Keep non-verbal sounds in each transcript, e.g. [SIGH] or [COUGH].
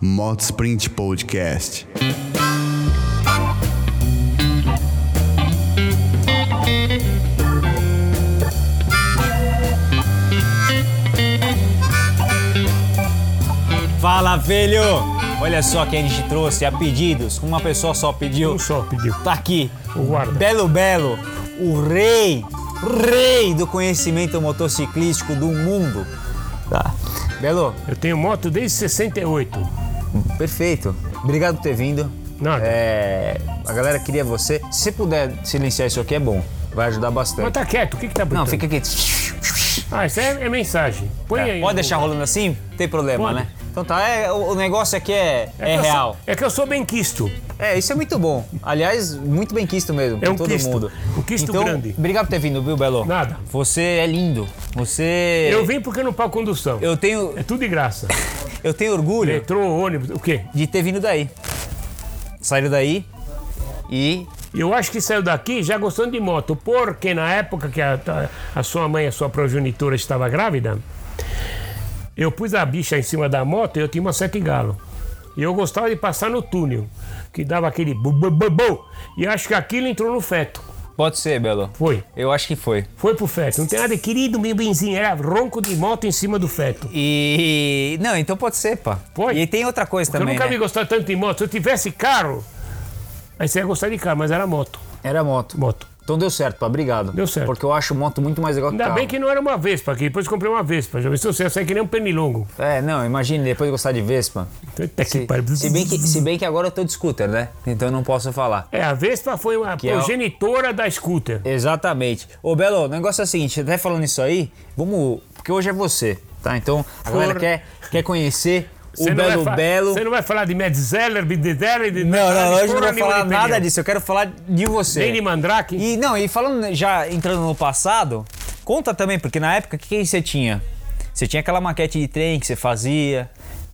Moto Sprint Podcast. Fala, velho! Olha só quem a gente trouxe a pedidos. Uma pessoa só pediu. Um só pediu. Tá aqui. O guarda. Belo Belo, o rei, rei do conhecimento motociclístico do mundo. Tá. Belo, Eu tenho moto desde 68. perfeito. Obrigado por ter vindo. Nada. É, a galera queria você. Se você puder silenciar isso aqui é bom. Vai ajudar Mas bastante. tá quieto, o que que tá botando? Não, fica aqui. Ah, isso é, é mensagem. Põe É, aí. Pode deixar rolando assim? Não tem problema, Pode. né? Então tá, é, o o negócio aqui é, é, que eu sou- real. é que eu sou bem quisto. É, isso é muito bom. Aliás, muito bem quisto mesmo, É por um todo quisto. mundo. Um quisto então, grande. Obrigado por ter vindo, viu, Belo? Nada. Você é lindo. Você. Eu vim porque eu não pago condução. É. Eu tenho, É tudo [LAUGHS] de graça. eu tenho [LAUGHS] orgulho Metrô, ônibus, o quê? de ter vindo daí. Saíram daí e. Eu acho que saiu daqui já gostando de moto, porque na época que a, a sua mãe, a sua progenitora estava grávida, eu pus a bicha em cima da moto e eu tinha uma sete galo. E eu gostava de passar no túnel, que dava aquele bu, bu, bu, bu. e acho que aquilo entrou no feto. Pode ser, Belo. Foi. Eu acho que foi. Foi pro feto. Não tem nada, querido, meu benzinho. Era ronco de moto em cima do feto. E. Não, então pode ser, pá. Foi. E tem outra coisa eu também. nunca né? vi gostar tanto de moto. Se eu tivesse carro, aí você ia gostar de carro, mas era moto. Era moto. Moto. Então deu certo, pá. Obrigado. Deu certo. Porque eu acho moto muito mais legal que Ainda carro. bem que não era uma Vespa, que depois comprei uma Vespa. Já pensou? Você ia sair que nem um pernilongo. É, não, imagine depois de gostar de Vespa. Puta que Se, pariu. se bem que, se bem que agora eu tô de scooter, né? Então eu não posso falar. É, a Vespa foi uma é o- progenitora da scooter. Exatamente. Ô, Belo, o negócio é o seguinte, até falando isso aí, vamos... Porque hoje é você, tá? Então, a galera Por- quer, quer conhecer o [LAUGHS] Você não vai Belo fa- Belo... Você não vai falar de Metzeler, de Deller, de Não, não, hoje eu não porra vou nenhuma falar de nada pneu. disso, eu quero falar de você. Nem de Mandrake. E, não, e falando, já entrando no passado, conta também, porque na época, o que, que você tinha? Você tinha aquela maquete de trem que você fazia...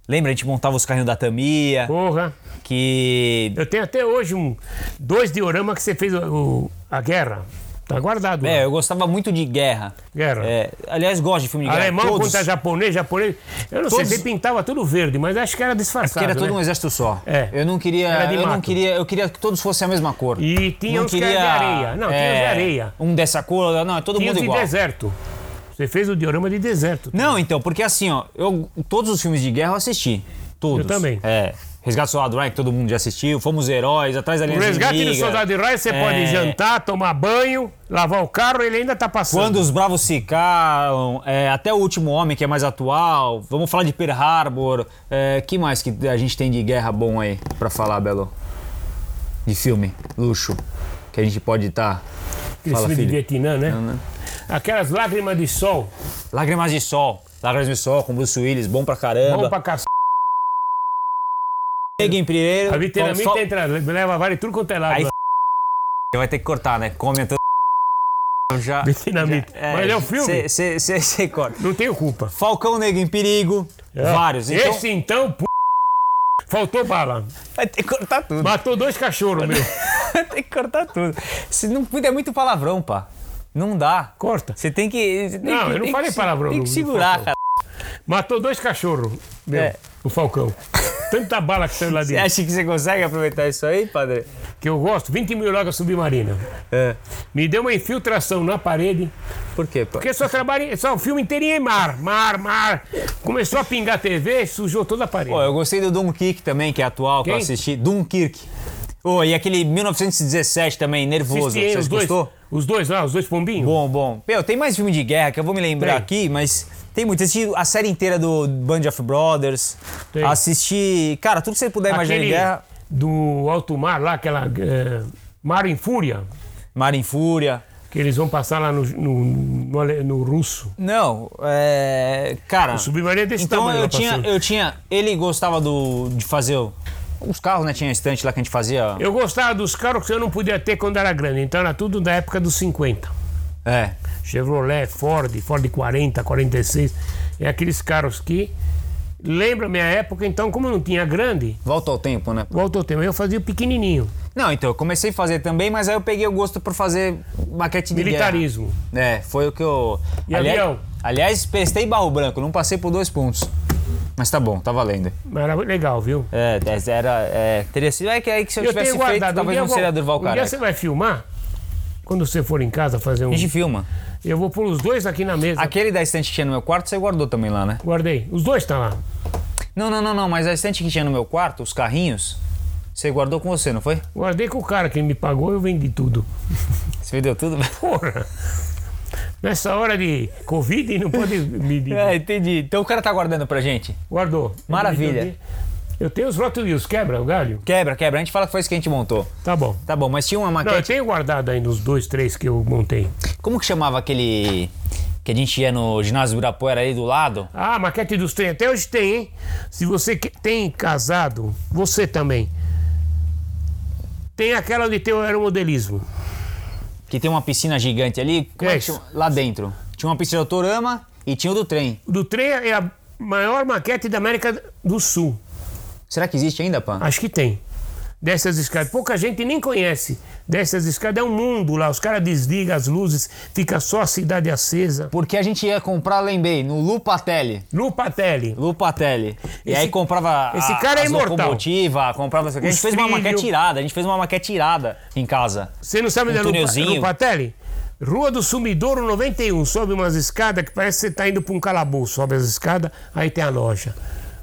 Lembra, a gente montava os carrinhos da Tamia, Porra. que... Eu tenho até hoje um, dois dioramas que você fez o- o- a guerra. Tá guardado. lá. É, eu gostava muito de guerra. Guerra. É, aliás, gosto de filme de guerra. Alemão todos, contra japonês, japonês. Eu não Todos- sei, você pintava tudo verde, mas acho que era Porque disfarçado. era todo né? um exército só. É. Eu não queria. Era de eu não mato. queria. Eu queria que todos fossem a mesma cor. E tinha não uns que era de areia. Não, tinha uns de areia. Um dessa cor, não, é todo Tinha mundo de igual. deserto. Você fez o diorama de deserto. Não, então, porque assim, ó, eu, todos os filmes de guerra eu assisti. Todos. Eu também. É. Resgate do Soldado Ryan, que todo mundo já assistiu. Fomos heróis, atrás da linha O resgate do inimiga. soldado de raio, você É. pode jantar, tomar banho, lavar o carro, ele ainda tá passando. Quando os bravos ficaram, é, até o último homem que é mais atual. Vamos falar de Pearl Harbor. É, que mais que a gente tem de guerra bom aí pra falar, Belo? De filme, luxo, que a gente pode tá, estar. Aquele Fala, filme de filho. Vietnã, né? Aquelas lágrimas de sol, Lágrimas de Sol, Lágrimas de Sol com Bruce Willis, bom pra bom caramba. pra cacete. Chega em primeiro. A vitamina só- entra, leva vale tudo quanto é lado. Aí lá. Vai ter que cortar, né? Comentando. [LAUGHS] Já. Vietnamita. Mas é um filme. Você corta. Não tenho culpa. Falcão Negro em Perigo, vários. Então, É. Esse então, p... faltou bala. Vai ter que cortar tudo. Matou dois cachorros, meu. [LAUGHS] tem que cortar tudo. Se não puder, é muito palavrão, pá. Não dá. Corta. Você tem que. você tem Não, que- eu não tem falei que se- palavrão Tem que no- no segurar, Falcão. cara. Matou dois cachorros, meu. É. O Falcão. Tanta bala que saiu lá Você dentro. acha que você consegue aproveitar isso aí, padre? Que eu gosto, 20 mil logas submarina. É. Me deu uma infiltração na parede. Por quê, pá? Porque só trabalha, só o filme inteirinho é mar, mar, mar. Começou a pingar a TV, sujou toda a parede. Pô, é eu gostei do Dunkirk também, que é atual, que eu Quem? assisti. Dunkirk. Ô, e aquele 1917 também, nervoso. Assisti, hein, Vocês os dois, gostou? os dois lá, os dois pombinhos. Bom, bom. Meu, tem mais filme de guerra que eu vou me lembrar Tem. aqui, mas tem muito. Assisti a série inteira do Band of Brothers. Tem. Assisti. Cara, tudo que você puder imaginar de Aquele guerra. do alto mar lá, aquela é, mar em fúria, Mar em Fúria. que eles vão passar lá no, no, no ale- no russo. Não, é. Cara. O submarino é desse então tamanho, eu lá tinha, passando. eu tinha. Ele gostava do, de fazer o- os carros, né? Tinha a estante lá que a gente fazia. Eu gostava dos carros que eu não podia ter quando era grande, então era tudo da época dos 50. É. Chevrolet, Ford, Ford 40, 46. É aqueles carros que lembra minha época, então como eu não tinha grande, Volta ao tempo, né? volta ao tema, eu fazia o pequenininho. Não, então eu comecei a fazer também, mas aí eu peguei o gosto por fazer maquete de guerra. Militarismo. É, foi o que eu. E aliás, avião? aliás, prestei barro branco, não passei por dois pontos. Mas tá bom, tá valendo. Mas era legal, viu? É, é, era. É, teria sido. É que aí que se eu, tivesse feito, Um talvez dia não eu vou- seria Durval Um dia Careca. você vai filmar? Quando você for em casa fazer um. A gente filma. Eu vou pôr os dois aqui na mesa. Aquele da estante que tinha no meu quarto, você guardou também lá, né? Guardei. Os dois tá lá. Não, não, não, não, mas a estante que tinha no meu quarto, os carrinhos, você guardou com você, não foi? Guardei com o cara que me pagou, eu vendi tudo. Você vendeu tudo? [LAUGHS] Porra! Nessa hora de Covid não pode me É, entendi. Então o cara tá guardando pra gente. Guardou. Maravilha. Eu tenho os Rottweils, quebra o galho? Quebra, quebra. A gente fala que foi isso que a gente montou. Tá bom. Tá bom, mas tinha uma Não, eu maquete. tenho guardado ainda os dois, três que eu montei. Como que chamava aquele que a gente ia no ginásio do Ibirapuera ali do lado? Ah, maquete dos trem. Até hoje tem, hein? Se você que- tem casado, você também. Tem aquela onde tem o aeromodelismo. Que tem uma piscina gigante ali. Como É que chama? Lá dentro. Tinha uma piscina do Autorama e tinha o do trem. O do trem é a maior maquete da América do Sul. Será que existe ainda, Pan? Acho que tem. Dessas escadas. Pouca gente nem conhece. Dessas escadas é um mundo lá. Os caras desligam as luzes, fica só a cidade acesa. Porque a gente ia comprar, lembrei, no Lupatelli. Lupatelli. Lupatelli. e Esse- aí comprava a- esse cara é as imortal. locomotiva, comprava... isso aqui. A gente Os fez uma trilhos. maquete irada, a gente fez uma maquete irada em casa. Você não sabe Um onde é Lupa- túnelzinho. Lupatelli? Rua do Sumidouro 91, sobe umas escadas que parece que você está indo para um calabouço. Sobe as escadas, aí tem a loja.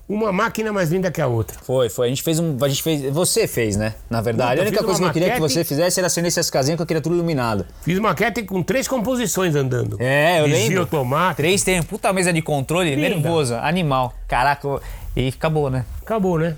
Uma máquina mais linda que a outra. Foi, foi. A gente fez um. A gente fez. Você fez, né? Na verdade. Puta, a única fiz coisa que uma eu queria que maquete. você fizesse era acender essas casinhas que eu queria tudo iluminado. Fiz maquete com três composições andando. É, eu Desvio lembro. automático. Três tem puta mesa de controle, Linda. nervosa, animal. Caraca, eu- e acabou, né? Acabou, né?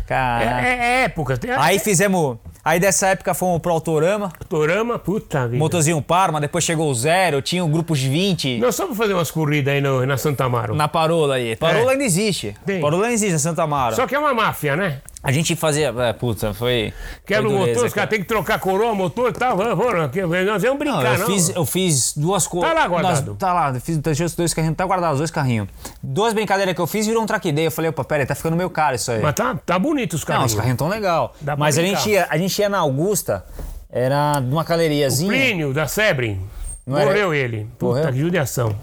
É, Caraca. é- é época. Tem Ah. Aí fizemos. Aí dessa época fomos pro Autorama, Torama, puta vida. motorzinho Parma, depois chegou o Zero, tinha um grupo de 20. Nós só vamos fazer umas corridas aí no- na Santa Amaro. Na Parola aí. Parola ainda existe. É. Tem. Parola ainda existe, na Santa Mara. Só que é uma máfia, né? A gente fazia. é, puta, foi. Quebra foi o motor, dureza, os caras têm que trocar coroa, motor e tal. Vamos, vamos, aqui, Nós vamos Não, brincar, eu, não. Fiz, eu fiz duas coisas. lá guardado. tá lá, eu fiz deixei os dois carrinhos, tá guardado os dois carrinhos. Duas brincadeiras que eu fiz virou um traquedeio. Eu falei, opa, pera aí, tá ficando meio caro isso aí. Mas tá, tá bonito os caras. Não, os carrinhos tão legal. Dá pra Mas a brincar. gente, ia, a gente ia na Augusta, era numa galeriazinha. Plínio da Sebring. Não era- Morreu ele. Puta Morreu? Então. que judiação.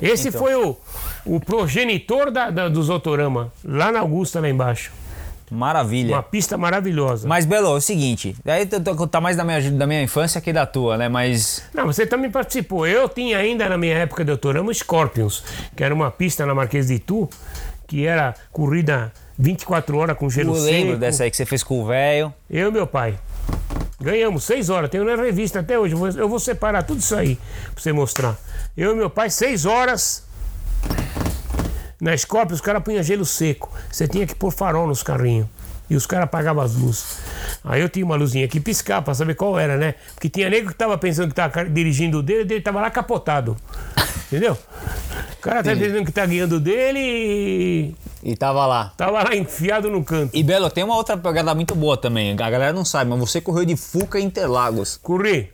Esse foi o, o progenitor da, da, dos Autorama, lá na Augusta, lá embaixo. Maravilha. Uma pista maravilhosa. Mas, Belo, é o seguinte, daí tu- tu- tá mais da minha, da minha infância que da tua, né? Mas. Não, você também participou. Eu tinha ainda na minha época de Autorama Scorpions, que era uma pista na Marquês de Itu, que era corrida 24 horas com gelo Eu lembro seco. dessa aí que você fez com o velho. Eu e meu pai. Ganhamos seis horas, tenho na revista até hoje. eu vou- Eu vou separar tudo isso aí pra você mostrar. Eu e meu pai, seis horas. Na Scorpio, os caras punham gelo seco. Você tinha que pôr farol nos carrinhos. E os caras apagavam as luzes. Aí eu tinha uma luzinha que piscar pra saber qual era, né? Porque tinha nego que tava pensando que tava ca- dirigindo o dele, e ele tava lá capotado. Entendeu? O cara tá pensando que tá guiando o dele e E tava lá. tava lá enfiado no canto. E, Belo, tem uma outra pegada muito boa também. A galera não sabe, mas você correu de Fuca e Interlagos. Corri.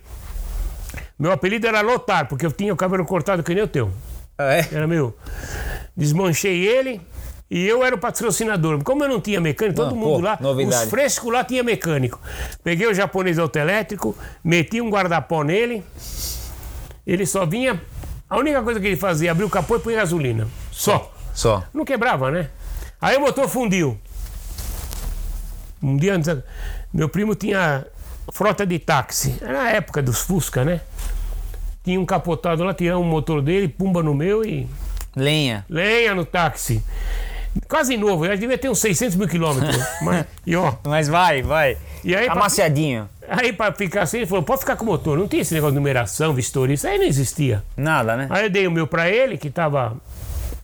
Meu apelido era Lotar, porque eu tinha o cabelo cortado que nem o teu. É. Era meu. Desmanchei ele e eu era o patrocinador. Como eu não tinha mecânico, todo Não, mundo Ah, pô, lá, novidade. os frescos lá tinha mecânico. Peguei o japonês autoelétrico, meti um guardapó nele. Ele só vinha. A única coisa que ele fazia, abrir o capô e pôr gasolina. Só. Só. Não quebrava, né? Aí o motor fundiu. Um dia antes, meu primo tinha frota de táxi. Era a época dos Fusca, né? Tinha um capotado lá, tiramos o motor dele, pumba no meu e Lenha. lenha no táxi. Quase novo, eu acho que devia ter uns 600 mil quilômetros. mas- e ó, Mas vai, vai. E aí, Amaciadinho. aí pra ficar assim, ele falou: pode ficar com o motor. Não tinha esse negócio de numeração, vistoria, isso aí não existia. Nada, né? Aí eu dei o meu pra ele, que tava.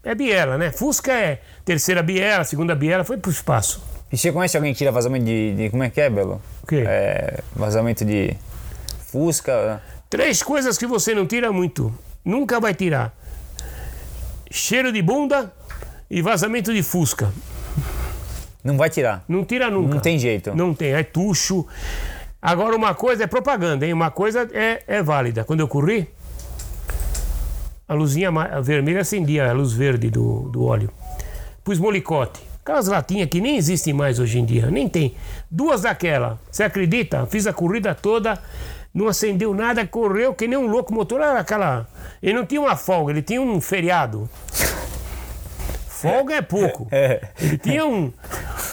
É biela, né? Fusca é terceira biela, segunda biela, foi pro espaço. E você conhece alguém que tira vazamento de. de- como é que é, Belo? O quê? É, vazamento de. Fusca. Três coisas que você não tira muito. Nunca vai tirar. Cheiro de bunda e vazamento de fusca. Não vai tirar. Não tira nunca. Não tem jeito. Não tem, é tucho. Agora, uma coisa é propaganda, hein? Uma coisa é, é válida. Quando eu corri, a luzinha ama- vermelha acendia a luz verde do, do óleo. Pus molicote. Aquelas latinhas que nem existem mais hoje em dia, nem tem. Duas daquela. Você acredita? Fiz a corrida toda, não acendeu nada, correu que nem um louco. O motor era aquela. Ele não tinha uma folga, ele tinha um feriado. folga é pouco. Ele tinha um,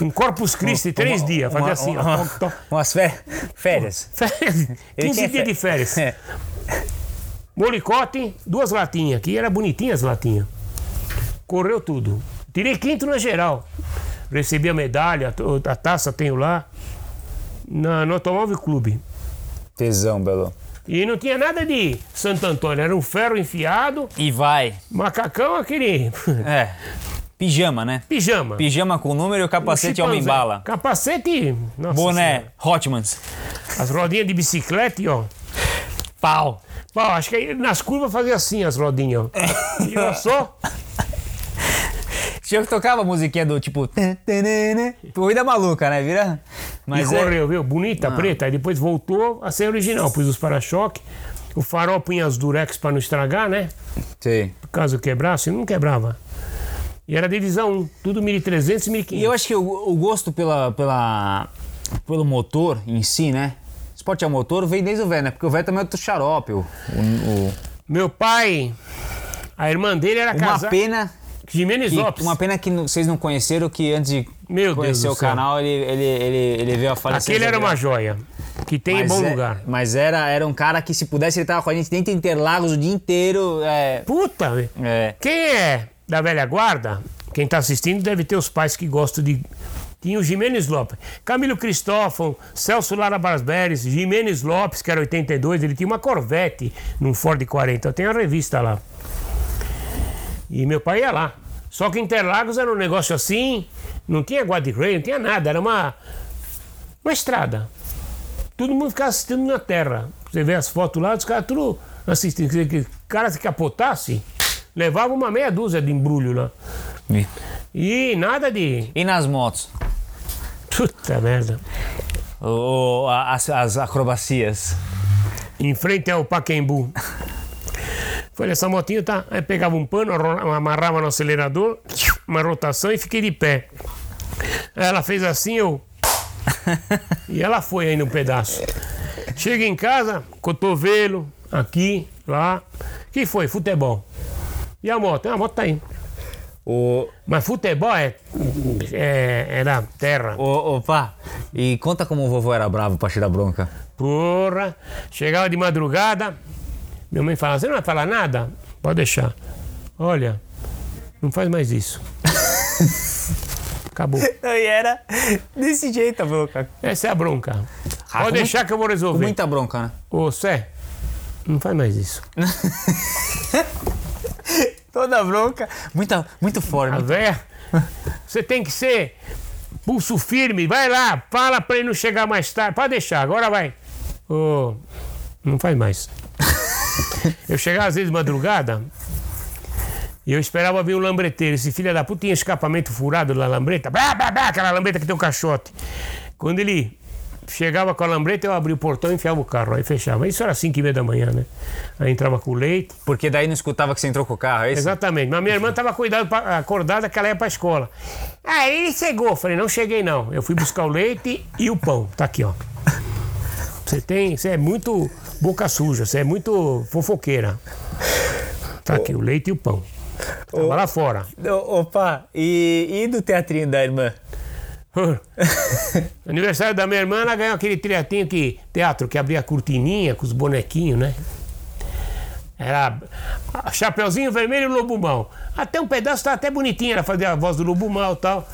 um Corpus Christi de três Uma- dias, fazia uma- assim, ó. uma- toc, toc. umas fé- férias. [LAUGHS] Férias, Ele 15 tinha dias de [LAUGHS] [LAUGHS] férias. É. Molicote, duas latinhas, que era bonitinha as latinhas. Correu tudo. Tirei quinto na geral. Recebi a medalha, a to- a taça tenho lá, na, no Automóvel Clube. Tesão, Belo. E não tinha nada de Santo Antônio, era um ferro enfiado, E vai. macacão aquele [LAUGHS] É. Pijama, né? pijama. Pijama com número e o capacete é Chipão, uma Zé. embala. Capacete, nossa senhora. Boné, né, Hotmans. As rodinhas de bicicleta, e, ó. Pau. Bom, acho que aí nas curvas fazia assim as rodinhas. ó. [LAUGHS] E eu só. Tinha que tocava a musiquinha do tipo. tã, tã, nã, nã. Corrida maluca, né? Vira. Mas e é. correu, viu? Bonita, preta. Aí depois voltou a ser original. Pus os para-choque. O farol punha as durex para não estragar, né? Sim. Caso quebrasse, não quebrava. E era divisão 1, tudo 1300 e E eu 1500. acho que o, o gosto pela, pela, pelo motor em si, né? Esporte a motor vem desde o velho, né? Porque o velho também é outro xarope. O, o- o- Meu pai, a irmã dele era uma casada. pena. Jimenez que- Lopes. uma pena que não- vocês não conheceram, que antes de Meu Deus conhecer do o céu. canal, ele, ele, ele, ele veio a falecer. Aquele era já- uma joia. Que tem em Mas bom é- lugar. Mas era, era um cara que, se pudesse, ele tava com a gente dentro de Interlagos o dia inteiro. É. Puta, velho. é. Quem é da velha guarda, quem tá assistindo deve ter os pais que gostam de. Tinha o Jimenez Lopes, Camilo Cristófão, Celso Lara Barberes, Jimenez Lopes, que era 82, ele tinha uma Corvette num Ford 40. Eu tenho a revista lá. E meu pai ia lá. Só que Interlagos era um negócio assim, não tinha guarda-rail, não tinha nada, era uma, uma estrada. Todo mundo ficava assistindo na terra. Você vê as fotos lá, os caras tudo assistindo. Quer dizer, que O cara se capotasse, levava uma meia dúzia de embrulho lá. E nada de. E nas motos? Puta merda. O- o- a- as, as acrobacias. Em frente ao Paquembu. Falei, essa motinha tá. Aí pegava um pano, arro- amarrava no acelerador, uma rotação e fiquei de pé. Aí ela fez assim, eu. E ela foi ainda um pedaço. Chega em casa, cotovelo, aqui, lá. que foi? Futebol. E a moto? Ah, A moto tá aí. O, Mas futebol é. é era terra. o, opa, e conta como o vovô era bravo pra tirar bronca. Porra! Chegava de madrugada, minha mãe falava, você não vai falar nada? Pode deixar. Olha, não faz mais isso. [LAUGHS] Acabou. E era desse jeito a bronca. Essa é a bronca. Ah, com Pode deixar que eu vou Com resolver. muita bronca, né? Ô, Sé, não faz mais isso. Toda bronca, muita, muito A forma. véia, é. você tem que ser pulso firme. Vai lá, fala pra ele não chegar mais tarde. Pode deixar, agora vai. Ô, não faz mais. Eu chegava às vezes de madrugada e eu esperava ver o lambreteiro. Esse filho da puta tinha escapamento furado da lambreta. Blá, blá, blá, aquela lambreta que tem um caixote. Quando ele chegava com a lambreta, eu abria o portão e enfiava o carro. Aí fechava. Isso era 5 e meia da manhã, né? Aí entrava com o leite. Porque daí não escutava que você entrou com o carro, é isso? Exatamente. Mas minha irmã estava acordada que ela ia para a escola. Aí ele chegou. Eu Falei, não cheguei não. Eu fui buscar o leite e o pão. Tá aqui, ó. Você tem... Você é muito boca suja. Você é muito fofoqueira. Tá aqui, o leite e o pão. Tava lá fora. Opa, e, e do teatrinho da irmã? Aniversário da minha irmã, ela ganhou aquele teatrinho que, teatro que abria a cortininha com os bonequinhos, né? Era a- Chapeuzinho Vermelho e Lobo Mal. Até um pedaço tá até bonitinho, ela fazia a voz do Lobo Mal e tal.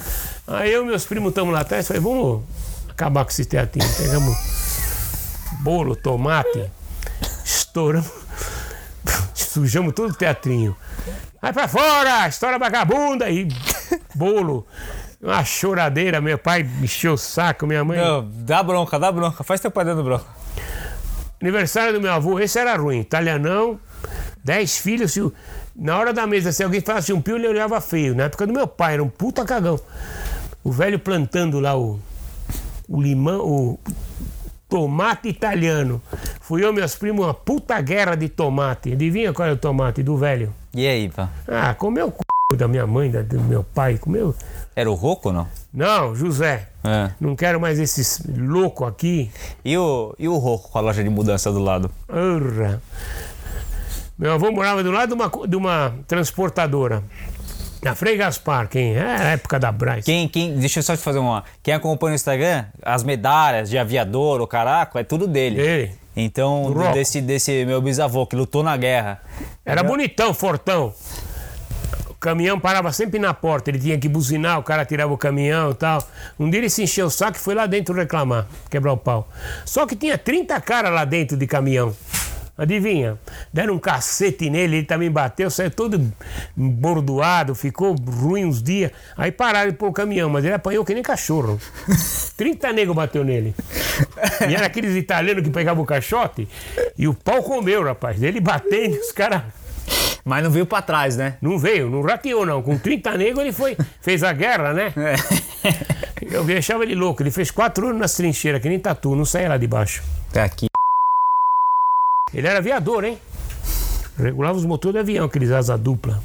Aí eu e meus primos estamos lá atrás, falei, vamos acabar com esse teatrinho. Pegamos bolo, tomate, estouramos, sujamos todo o teatrinho. Vai pra fora, história vagabunda e bolo. Uma choradeira, meu pai me encheu o saco, minha mãe. dá bronca, dá bronca. Faz teu pai dando bronca. Aniversário do meu avô, esse era ruim, italianão, dez filhos. Se, o- na hora da mesa, se alguém falasse um pio, ele olhava feio. Na época do meu pai, era um puta cagão. O velho plantando lá o, o limão, o tomate italiano. Fui eu, meus primos, uma puta guerra de tomate. Adivinha qual era o tomate do velho? E aí, pá? Ah, comeu o c... da minha mãe, da, do meu pai, comeu. Era o Roco ou não? Não, José, É. não quero mais esses louco aqui. E o, e o Roco com a loja de mudança do lado? Urra. Meu avô morava do lado de uma, co- de uma transportadora. Na Frei Gaspar, quem? É a época da Braz. Quem, quem, deixa eu só te fazer uma. Quem acompanha no Instagram, as medalhas de aviador, o caraca, é tudo dele. Dele. Então, Rocco. desse, desse meu bisavô que lutou na guerra. Era bonitão, fortão. O caminhão parava sempre na porta, ele tinha que buzinar, o cara tirava o caminhão e tal. Um dia ele se encheu o saco e foi lá dentro reclamar, quebrar o pau. Só que tinha 30 caras lá dentro de caminhão. Adivinha? Deram um cacete nele, ele também bateu, saiu todo bordoado, ficou ruim uns dias. Aí pararam por o caminhão, mas ele apanhou que nem cachorro. 30 nego bateu nele. E era aqueles italianos que pegavam o caixote e o pau comeu, rapaz. Ele batendo, os caras. Mas não veio pra trás, né? Não veio, não rateou não. Com 30 negros ele foi, fez a guerra, né? [LAUGHS] É. Eu deixava ele louco. Ele fez quatro anos nas trincheiras, que nem tatu, não saía lá de baixo. Tá aqui. Ele era aviador, hein? Regulava os motores do avião, aqueles asa dupla.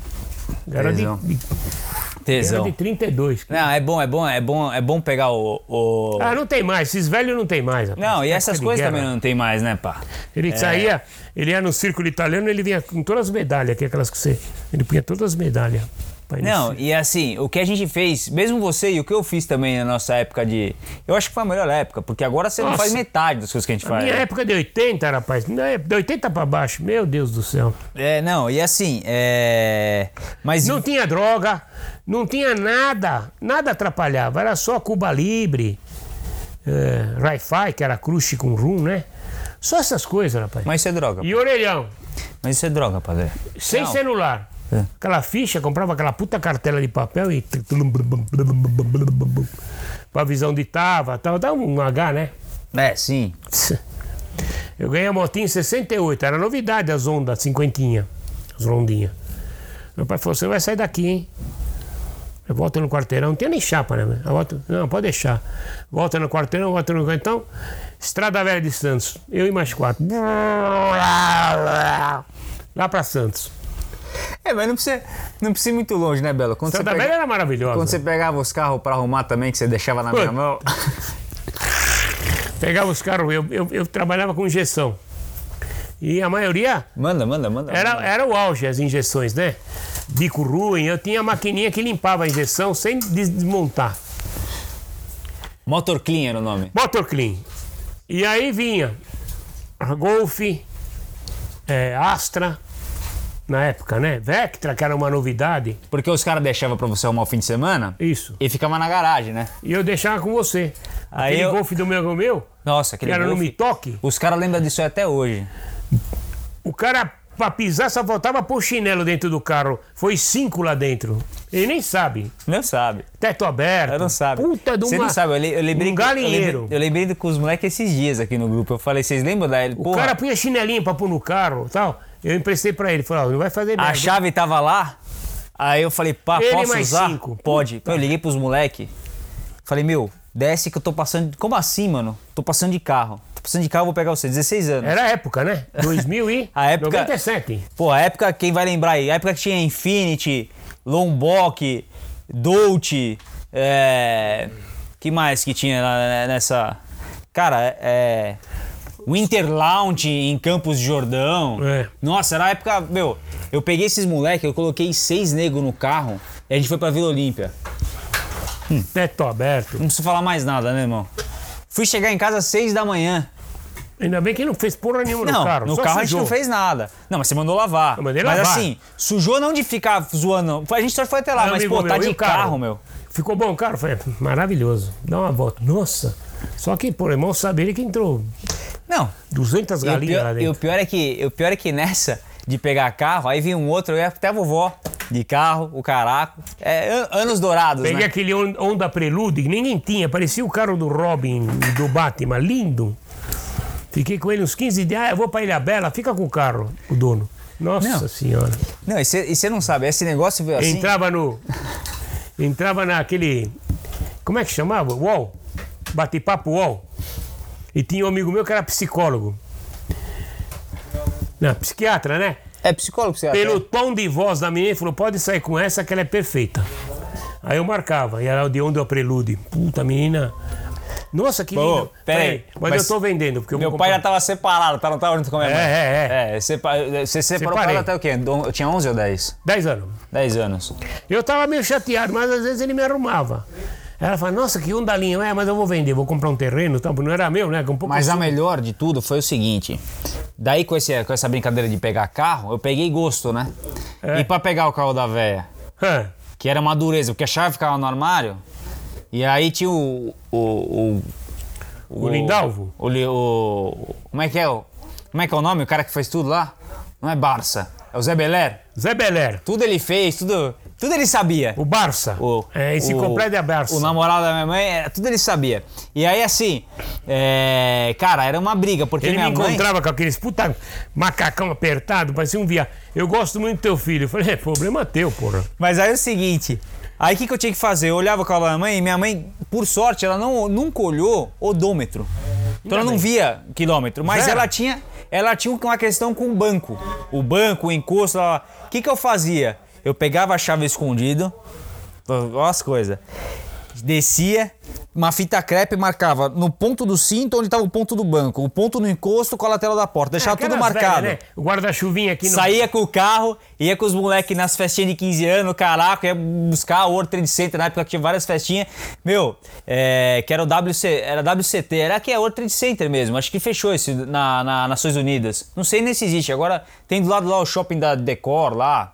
Era de, Tesão. de- era Tesão. de 32. Não, é bom, é bom, é bom, é bom pegar o. o- Ah, não tem mais, esses velhos não tem mais. Rapaz. Não, e Época essas é de coisas guerra. também não tem mais, né, pá? Ele saía, ele ia no círculo italiano, ele vinha com todas as medalhas, que é aquelas que você. Ele punha todas as medalhas. Pai, Não, sei. e assim, o que a gente fez, mesmo você e o que eu fiz também na nossa época de. Eu acho que foi a melhor época, porque agora você não Nossa. faz metade das coisas que a gente faz. Minha é- época de 80, rapaz, não é- de 80 pra baixo, meu Deus do céu. É, não, e assim, é. Mas. Não tinha droga, não tinha nada, nada atrapalhava, era só Cuba Libre, é, Wi-Fi, que era crush com rum, né? Só essas coisas, rapaz. Mas isso é droga. E orelhão, Mas isso é droga, padre. sem Não. celular. É. Aquela ficha, comprava aquela puta cartela de papel e. Pra visão de tava, tal, dá um H, né? É, sim. Eu ganhei a motinha em 68, era novidade as ondas, cinquentinha, as rondinhas. Meu pai falou, você vai sair daqui, hein? Eu volto no quarteirão, não tinha nem chapa, né? Eu volto, não, pode deixar. Volta no quarteirão, volta no então, Estrada Velha de Santos, eu e mais quatro. Lá pra Santos. É, mas não precisa, não precisa ir muito longe, né, Belo? Quando Estrada você pega- Velha era maravilhosa. Quando você pegava os carros pra arrumar também, que você deixava na minha Pô. mão. Pegava os carros, eu, eu, eu trabalhava com injeção. E a maioria [LAUGHS] Manda, manda, manda. Era, manda. era o auge as injeções, né? Bico ruim, eu tinha a maquininha que limpava a injeção sem des- desmontar. é- Motor Clean era o nome. Motor Clean. E aí vinha a Golf, eh, Astra, na época, né? Vectra, que era uma novidade. Porque os caras deixavam pra você arrumar o fim de semana Isso. e ficava na garagem, né? E eu deixava com você. Aí Aquele eu- Golf do meu amigo meu, Nossa, que aquele era no Golf. Me Toque, Os caras lembram disso aí até hoje. o cara pra pisar só faltava pôr chinelo dentro do carro. Foi cinco lá dentro. Ele nem sabe. Não sabe. Teto aberto. Eu não sabe. Puta de uma... Você não sabe, eu, le- eu lembrei... Um que- eu lembrei- galinheiro. Eu lembrei, do- com os moleques esses dias aqui no grupo. Eu falei, vocês lembram da... Ele, O cara punha chinelinho pra pôr no carro e tal. Eu emprestei pra ele. Falei, ó, não vai fazer A merda. chave tava lá, aí eu falei, pá, Ele posso mais usar? cinco. Pode. Eu liguei pros moleque, falei, meu, desce que eu tô passando... Como assim, mano? Tô passando de carro. Tô passando de carro, vou pegar você. 16 anos. Era a época, [LAUGHS] né? 2000 e... A época- 97. Pô, a época, quem vai lembrar aí? A época que tinha Infinity, Lombok, Dolce, é... Que mais que tinha lá né, nessa... Cara, é... Winter Lounge em Campos de Jordão. É. Nossa, era a época... Meu, eu peguei esses moleques, eu coloquei seis negros no carro e a gente foi pra Vila Olímpia. Teto aberto. Não preciso falar mais nada, né, irmão? Fui chegar em casa às seis da manhã. Ainda bem que não fez porra nenhuma Não, no carro. só a gente sujou. não fez nada. Não, mas você mandou lavar. Eu mandei Mas lavar. assim, sujou não de ficar zoando. não. A gente só foi até lá, Aí, mas amigo pô, tá meu, e de o carro? carro, meu. Ficou bom o carro? Falei, maravilhoso. Dá uma volta. Nossa. Só que, pô, irmão, sabe ele que entrou Não. 200 E o, galinhas lá pior, e o dentro. pior é que, e o pior é que nessa de pegar carro, aí vinha um outro, eu ia até a vovó de carro, o caraco. É, an- anos dourados, Peguei né? aquele Hon- Honda Prelude que ninguém tinha. Parecia o carro do Robin, do Batman. Lindo. Fiquei com ele uns 15 dias. Ah, eu vou pra Ilha Bela. Fica com o carro, o dono. Nossa Não. senhora. Não, e você não sabe, esse negócio veio assim. Entrava no. Entrava naquele. Como é que chamava? UOL. Bate-papo UOL. E tinha um amigo meu que era psicólogo. Não, psiquiatra, né? É psicólogo, você Pelo tom de voz da menina, ele falou: pode sair com essa que ela é perfeita. Aí eu marcava, e era de onde eu prelude. Puta, a menina. Nossa, que Pô, lindo. peraí, mas, mas eu tô vendendo, porque eu Meu vou pai já comprar- tava separado, tá? Não tava junto com a minha É, mãe. é, é. sepa- Você separou com Separei. ela até o quê? Do- Eu tinha 11 ou 10? 10 anos. 10 anos. Eu tava meio chateado, mas às vezes ele me arrumava. Ela fala, nossa, que undalinho. É, mas eu vou vender, vou comprar um terreno. e tal, porque Não era meu, né? que Um pouco Mas a melhor de tudo foi o seguinte: daí com, esse, com essa brincadeira de pegar carro, eu peguei gosto, né? É. E pra pegar o carro da véia, Hã, que era uma dureza, porque a chave ficava no armário, e aí tinha o. O, o, o Lindalvo? O, li- o- Como é que é? o- Como é que é o nome? O cara que fez tudo lá? Não é Barça, é o Zé Beler. Zé Beler, Tudo ele fez, tudo, tudo ele sabia. o Barça. é, enciclopédia Barça. O namorado da minha mãe, é, tudo ele sabia. E aí, assim, é, cara, era uma briga, porque Ele me minha mãe. encontrava com aqueles puta macacão apertado, parecia um via. Eu gosto muito do teu filho. Eu falei, é problema teu, porra. Mas aí é o seguinte. Aí o que, que eu tinha que fazer? Eu olhava com a minha mãe e minha mãe, por sorte, ela não, nunca olhou odômetro. Então ela não bem. via quilômetro, mas Zero. ela tinha ela tinha uma questão com o banco. O banco, o encosto, ela- o que, que eu fazia? Eu pegava a chave escondido, olha as coisas. Descia, uma fita crepe marcava no ponto do cinto onde estava o ponto do banco, o ponto no encosto com a lateral da porta, deixava Tá tudo Aquelas marcado. velhas, né? O guarda-chuvinha aqui no. Saía com o carro, ia com os moleques nas festinhas de 15 anos, caraca, ia buscar o World Trade Center na época que tinha várias festinhas. Meu, é, que era o WC, era WCT, era que é World Trade Center mesmo, acho que fechou esse na, na Nações Unidas. Não sei nem se existe, agora tem do lado lá o shopping da Decor lá.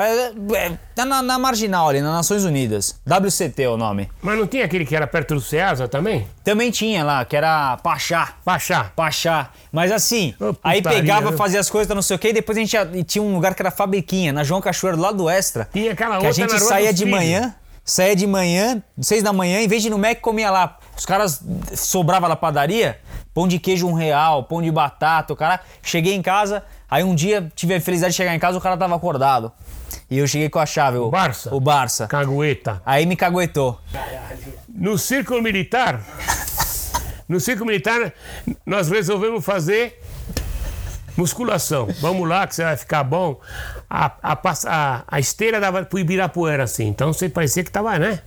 É, é, tá na, na marginal ali, nas Nações Unidas. WCT é o nome. Mas não tinha aquele que era perto do Ceasa também? Também tinha lá, que era Pachá. Pachá. Pachá. Mas assim, Ô, aí putaria, pegava, né? fazia as coisas, não sei o quê, e depois a gente ia- e tinha um lugar que era Fabriquinha, na João Cachoeiro, do lado do Extra. Tinha aquela que outra a gente na Rua saía dos de Filhos. manhã, saía de manhã, seis da manhã, em vez de ir no Mac, comia lá. Os caras sobrava na padaria, pão de queijo um real, pão de batata, o cara... Cheguei em casa, aí um dia tive a felicidade de chegar em casa, o cara tava acordado. E eu cheguei com a chave. O Barça? O Barça. Cagueta. Aí me caguetou. [LAUGHS] No círculo militar. No círculo militar, nós resolvemos fazer musculação. Vamos lá, que você vai ficar bom. A, a, pass- a, a esteira dava pro Ibirapuera, assim. Então você parecia que tava, né?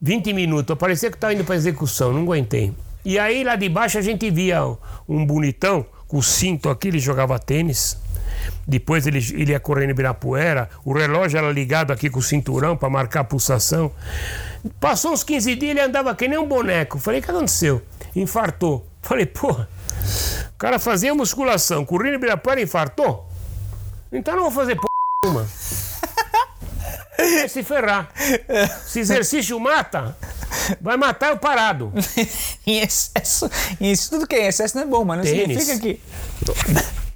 20 minutos. Eu parecia que tava indo pra execução, não aguentei. E aí lá de baixo a gente via um- um bonitão com o cinto aqui, ele jogava tênis. Depois ele, ele ia correndo em Ibirapuera. O relógio era ligado aqui com o cinturão para marcar a pulsação. Passou uns 15 dias, ele andava que nem um boneco. Falei, o que aconteceu? Infartou. Falei, porra, o cara fazia musculação, correndo em Ibirapuera e infartou? Então eu não vou fazer porra nenhuma. Vai se ferrar. Se exercício mata, vai matar o parado. em excesso. em Isso tudo que é em excesso não é bom, mas não Tênis. significa que...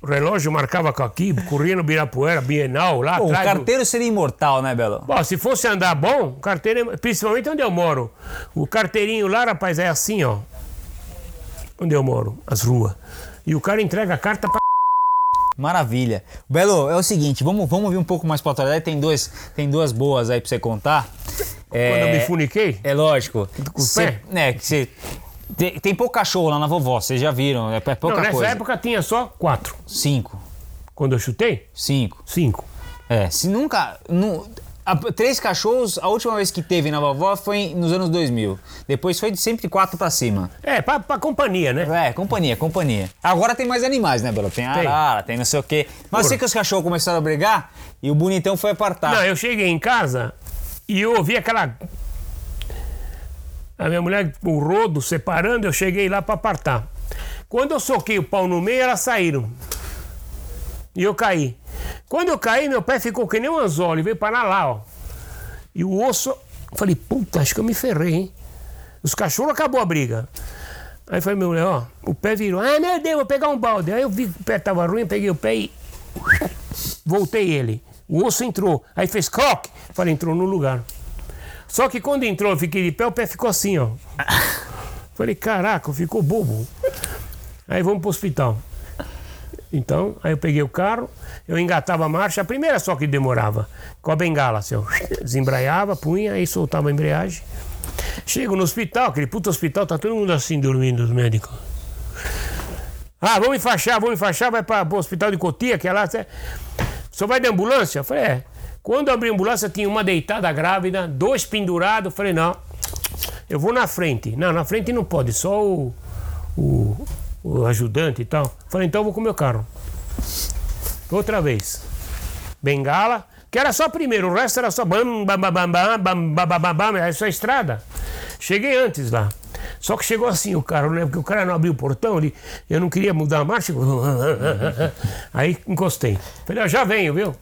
O relógio marcava com aqui, corria no Birapuera, Bienal, lá Pô, o atrás. do- carteiro seria imortal, né, Belo? Bom, se fosse andar bom, o carteiro, principalmente onde eu moro. O carteirinho lá, rapaz, é assim, ó. Onde eu moro, as ruas. E o cara entrega a carta pra. Maravilha. Belo, é o seguinte, vamos, vamos vir um pouco mais pra atualidade. Tem, dois, tem duas boas aí pra você contar. Quando eu me É, funiquei? é lógico. Com o Cê- pé? né, que cê- tem, tem pouco cachorro lá na vovó, vocês já viram. É, é pouca Não, nessa coisa. época tinha só quatro. Cinco. Quando eu chutei, Cinco. cinco. É, se nunca... nu- a- três cachorros, a última vez que teve na vovó foi em- nos anos 2000. Depois foi de sempre quatro pra cima. É, pra, pra companhia, né? É, companhia, companhia. Agora tem mais animais, né, Belo? Tem arara, tem não sei o quê. Mas eu Porra. sei que os cachorros começaram a brigar e o bonitão foi apartar. Não, eu cheguei em casa e eu ouvi aquela. A minha mulher, o rodo separando, eu cheguei lá pra apartar. Quando eu soquei o pau no meio, elas saíram. E eu caí. Quando eu caí, meu pé ficou que nem um anzol, ele veio parar lá, ó. E o osso. eu Falei, puta, acho que eu me ferrei, hein? Os cachorros acabou a briga. Aí foi minha mulher, ó, o pé virou. Ah, meu Deus, vou pegar um balde. Aí eu vi que o pé tava ruim, eu peguei o pé e voltei ele. O osso entrou. Aí fez croc. Falei, entrou no lugar. Só que quando entrou, eu fiquei de pé, o pé ficou assim, ó. Falei, caraca, ficou bobo. Aí vamos pro hospital. Então, aí eu peguei o carro, eu engatava a marcha, a primeira só que demorava, com a bengala, assim, eu desembraiava, punha, aí soltava a embreagem. Chego no hospital, aquele puto hospital, tá todo mundo assim dormindo, os médicos. Ah, vamos enfaixar, vamos enfaixar, vai para o hospital de Cotia, que é lá. cê- Só vai de ambulância? Eu falei, é. Quando eu abri a ambulância, tinha uma deitada grávida, dois pendurados. Eu Falei, não. Eu vou na frente. Não, na frente não pode, só o, o, o ajudante e tal. Falei, então eu vou com o meu carro. Outra vez. Bengala, que era só primeiro, o resto era só bam, bam, bam, bam, bam, bam, bam, bam, bam, bam, era só estrada. Cheguei antes lá. Só que chegou assim o carro, né? Porque o cara não abriu o portão, ele, eu não queria mudar a marcha. [LAUGHS] Aí encostei. Falei, ó, já venho, viu?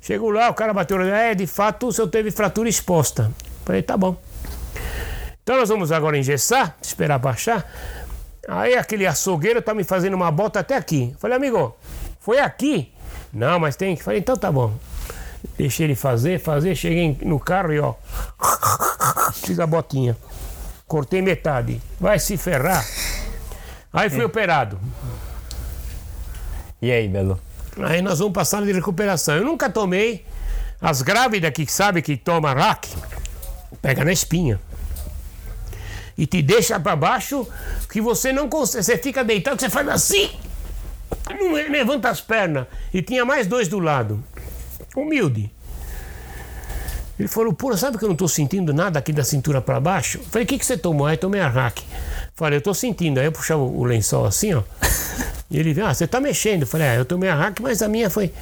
Chegou lá, o cara bateu, é, de fato, o senhor teve fratura exposta. Falei, tá bom. Então nós vamos agora engessar, esperar baixar. Aí aquele açougueiro tá me fazendo uma bota até aqui. Falei, amigo, foi aqui? Não, mas tem que. Falei, então tá bom. Deixei ele fazer, fazer, cheguei no carro e ó. [LAUGHS] Fiz a botinha. Cortei metade. Vai se ferrar. Aí fui operado. E aí, Belo? Aí nós vamos passar de recuperação. Eu nunca tomei. As grávidas que sabem que toma rack, pega na espinha. E te deixa pra baixo que você não consegue. Você fica deitado, você faz assim. Não levanta as pernas. E tinha mais dois do lado. Humilde. Ele falou, pô, sabe que eu não tô sentindo nada aqui da cintura pra baixo? Eu Falei, o que, que você tomou? Aí tomei a rack. Falei, eu tô sentindo. Aí eu puxava o o lençol assim, ó. E ele, ah, você tá mexendo. Eu Falei, ah, eu tomei a rack, mas a minha foi.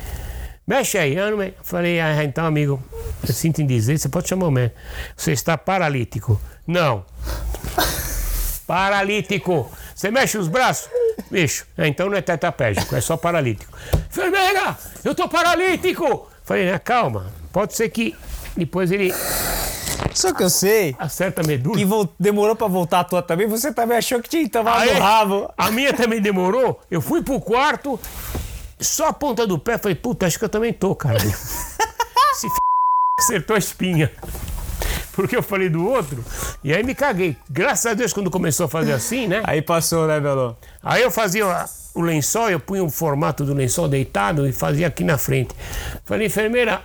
Mexe aí, eu não me... Falei, ah, então, amigo, eu sinto em dizer, você pode chamar o médico. Você está paralítico. Não. [LAUGHS] Paralítico. Você mexe os braços? Bicho, é, então não é tetrapégico, é só paralítico. Enfermeira, eu tô paralítico! Falei, né, calma, pode ser que depois ele Só que eu sei acerta a medula. que vol- demorou pra voltar à tua também, você também achou que tinha então tomado Aí, no rabo. A minha também demorou. Eu fui pro quarto, só a ponta do pé, falei, puta, acho que eu também tô, [LAUGHS] caralho. Se f... acertou a espinha. Porque eu falei do outro, e aí me caguei. Graças a Deus, quando começou a fazer assim, né? Aí passou, né, Belo? Aí eu fazia a- o lençol, eu punha o formato do lençol deitado e fazia aqui na frente. Falei, enfermeira,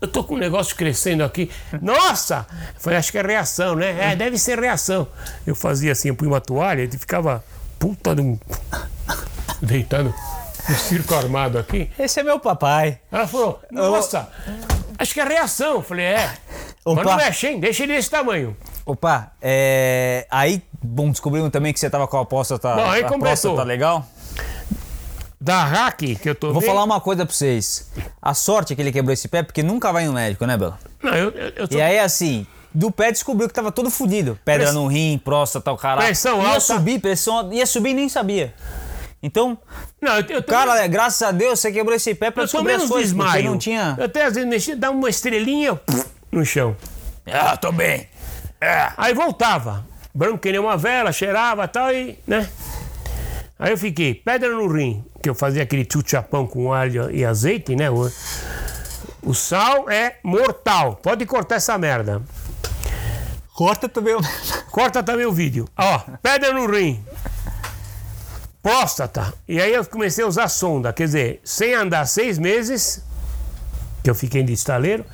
eu tô com um negócio crescendo aqui. Nossa! Eu Falei, acho que é reação, né? É, deve ser reação. Eu fazia assim, eu punha uma toalha e ficava puta de um. [LAUGHS] deitado no circo armado aqui. Esse é meu papai. Ela falou, nossa! Acho que é reação. Eu Falei, é. Opa. Mas não mexe, hein? Deixa ele desse tamanho. Opa, é... aí, bom, descobrimos também que você tava com a próstata, Bom, aí a completou. próstata legal. Da hack que eu tô Vou falar uma coisa pra vocês. A sorte é que ele quebrou esse pé, porque nunca vai no médico, né, Belo? Não, eu, eu, eu tô E aí, assim, do pé descobriu que tava todo fudido. Pedra Press- no rim, próstata, o caralho. Pressão ia alta. subir, pressão Ia subir e nem sabia. Então, Não, eu, eu tô- cara, graças a Deus você quebrou esse pé pra Eu sou descobrir as menos coisas, porque desmaio. não tinha... Eu até às vezes mexia, dava uma estrelinha puf, no chão. Ah, tô bem. É. Aí voltava. Branco que nem uma vela, cheirava e tal, e, né? Aí eu fiquei, pedra no rim, que eu fazia aquele tchutchapão com alho e azeite, né? O, o sal é mortal. Pode cortar essa merda. Corta [LAUGHS] também o... Corta também o vídeo. Ó, pedra no rim. Próstata. E aí eu comecei a usar sonda. Quer dizer, sem andar seis meses, que eu fiquei de estaleiro,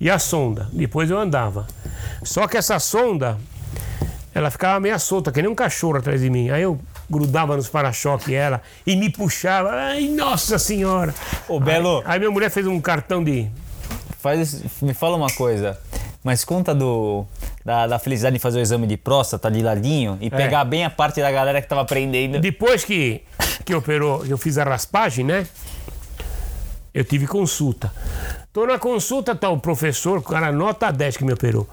e a sonda. Depois eu andava. Só que essa sonda, ela ficava meio solta, que nem um cachorro atrás de mim. Aí eu grudava nos para-choques ela e me puxava. Ai, nossa senhora! Ô, Belo, Aí minha mulher fez um cartão de. faz, esse- me fala uma coisa. Mas conta do... Da, da felicidade de fazer o exame de próstata de ladinho É. e pegar bem a parte da galera que tava prendendo. Depois que, que operou, eu fiz a raspagem, né? Eu tive consulta. Tô na consulta, tá o professor, o cara nota 10 que me operou.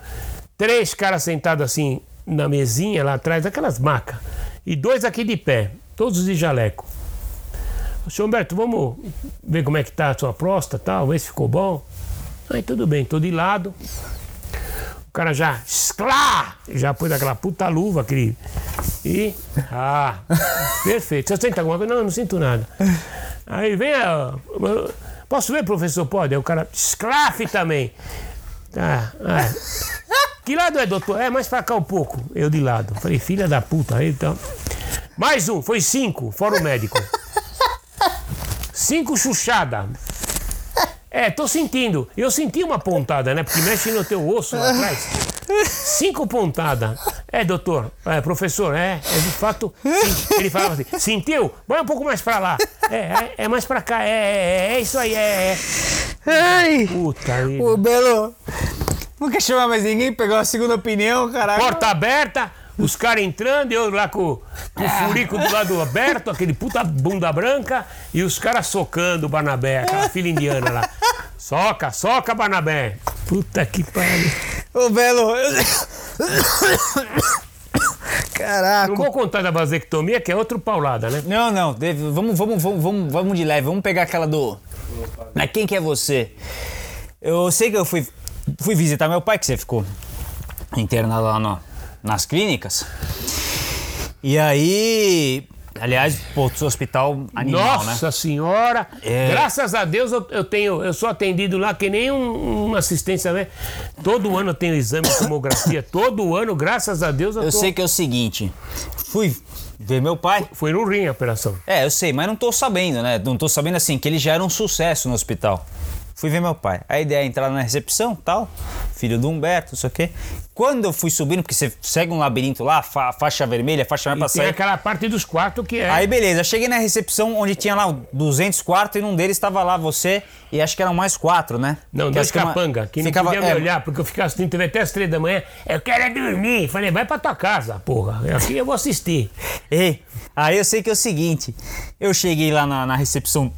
Três caras sentados assim na mesinha lá atrás, aquelas macas. E dois aqui de pé, todos de jaleco. Senhor Humberto, vamos ver como é que tá a sua próstata, tal, ver se ficou bom. Aí tudo bem, tô de lado. O cara já, esclá, já pôs aquela puta luva, aquele. E. Ah, perfeito. Você sente alguma coisa? Não, eu não sinto nada. Aí vem a. Posso ver, professor? Pode. Aí o cara, esclafe também. Tá, ah. Que lado é, doutor? É, mais pra cá um pouco. Eu de lado. Falei, filha da puta. Aí então. Mais um, foi cinco, fora o médico. Cinco chuchada. É, tô sentindo. Eu senti uma pontada, né? Porque mexe no teu osso lá atrás. Cinco pontada. É, doutor. É, professor, é. É de fato. sim. Ele falava assim: sentiu? Vai um pouco mais pra lá. É, é, é mais pra cá. É, é, é, é isso aí. É, é. Ai! Puta. vida. Ô, Belo, Não quer chamar mais ninguém, pegou a segunda opinião, caralho. Porta aberta, os caras entrando, eu lá com, com o furico do lado aberto, aquele puta bunda branca, e os caras socando o Barnabé, aquela filha indiana lá. Soca, soca, Barnabé. Puta que pariu. Ô, Belo. Caraca. Não vou contar da vasectomia, que é outro paulada, né? Não, não, Dave, vamos, vamos, vamos, vamos, vamos de leve, vamos pegar aquela do. Mas quem que é você? Eu sei que eu fui, fui visitar meu pai, que você ficou internado lá no- nas clínicas. E aí. Aliás, pô, seu hospital animal, Nossa né? senhora! É. Graças a Deus eu, eu tenho, eu sou atendido lá que nem um, uma assistência, né? Todo ano eu tenho exame [COUGHS] de tomografia, todo ano, graças a Deus eu, Eu tô... sei que é o seguinte. Fui ver meu pai. Foi no rim a operação. É, eu sei, mas não tô sabendo, né? Não tô sabendo assim, que ele já era um sucesso no hospital. Fui ver meu pai. A ideia é entrar na recepção, tal, filho do Humberto, não sei o quê. Quando eu fui subindo, porque você segue um labirinto lá, fa- faixa vermelha, faixa E vermelha pra tem sair. aquela parte dos quatro que é. Aí beleza, cheguei na recepção onde tinha lá 200 quartos e num deles estava lá você e acho que eram mais quatro, né? Não, Que dois acho que uma- capanga, que ficava- não podia me é, olhar, porque eu ficava assistindo TV até as três da manhã. Eu quero é dormir. Falei, vai pra tua casa, porra. Aqui eu vou assistir. Ei, aí eu sei que é o seguinte: eu cheguei lá na, na recepção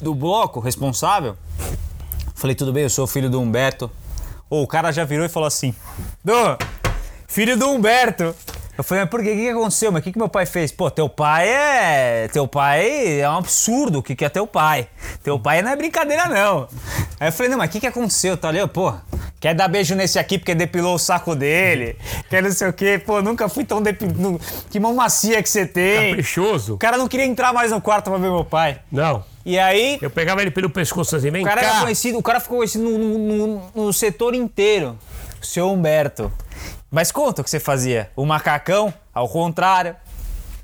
do bloco responsável, falei, tudo bem, eu sou filho do Humberto. Ô, o cara já virou e falou assim: Dô, filho do Humberto. Eu falei, mas por quê? O que, que aconteceu? Mas o que, que meu pai fez? Pô, teu pai é. Teu pai é um absurdo. O que, que é teu pai? Teu pai não é brincadeira, não. Aí eu falei, não, mas o que, que aconteceu? Tá ali, pô, quer dar beijo nesse aqui porque depilou o saco dele? Quer não sei o quê? Pô, nunca fui tão depilado. Que mão macia que você tem. Caprichoso. O cara não queria entrar mais no quarto pra ver meu pai. Não. E aí. Eu pegava ele pelo pescoço assim, vem O cara, é era cá. conhecido, o cara ficou conhecido no, no- no- no setor inteiro, o seu Humberto. Mas conta o que você fazia. O macacão, ao contrário.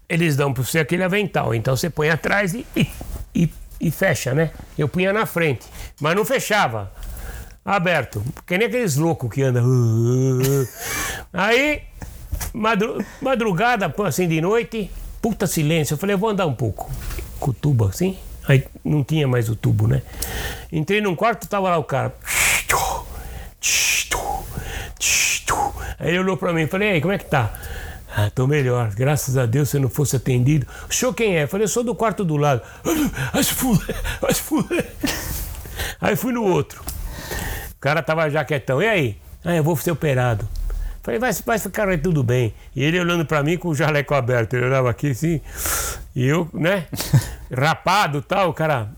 Eles dão pra você aquele avental. Então você põe atrás e, e, e- e fecha, né? Eu punha na frente. Mas não fechava. Aberto. Que nem aqueles loucos que andam. [LAUGHS] Aí, madru- madrugada, pô, assim de noite, puta silêncio. Eu falei, eu vou andar um pouco. Com o tubo assim. Aí não tinha mais o tubo, né? Entrei num quarto, tava lá o cara. Aí ele olhou pra mim e falei, "E aí, como é que tá? Ah, tô melhor, graças a Deus se eu não fosse atendido. O senhor quem é? Eu falei, eu sou do quarto do lado. Ai, se fuder, ai, se fuder. [LAUGHS] Aí fui no outro. O cara tava já quietão. E aí? Ah, eu vou ser operado. Falei, vai, vai ficar aí tudo bem. E ele olhando pra mim com o jaleco aberto. Ele olhava aqui assim. E eu, né? [LAUGHS] Rapado e tal, o cara.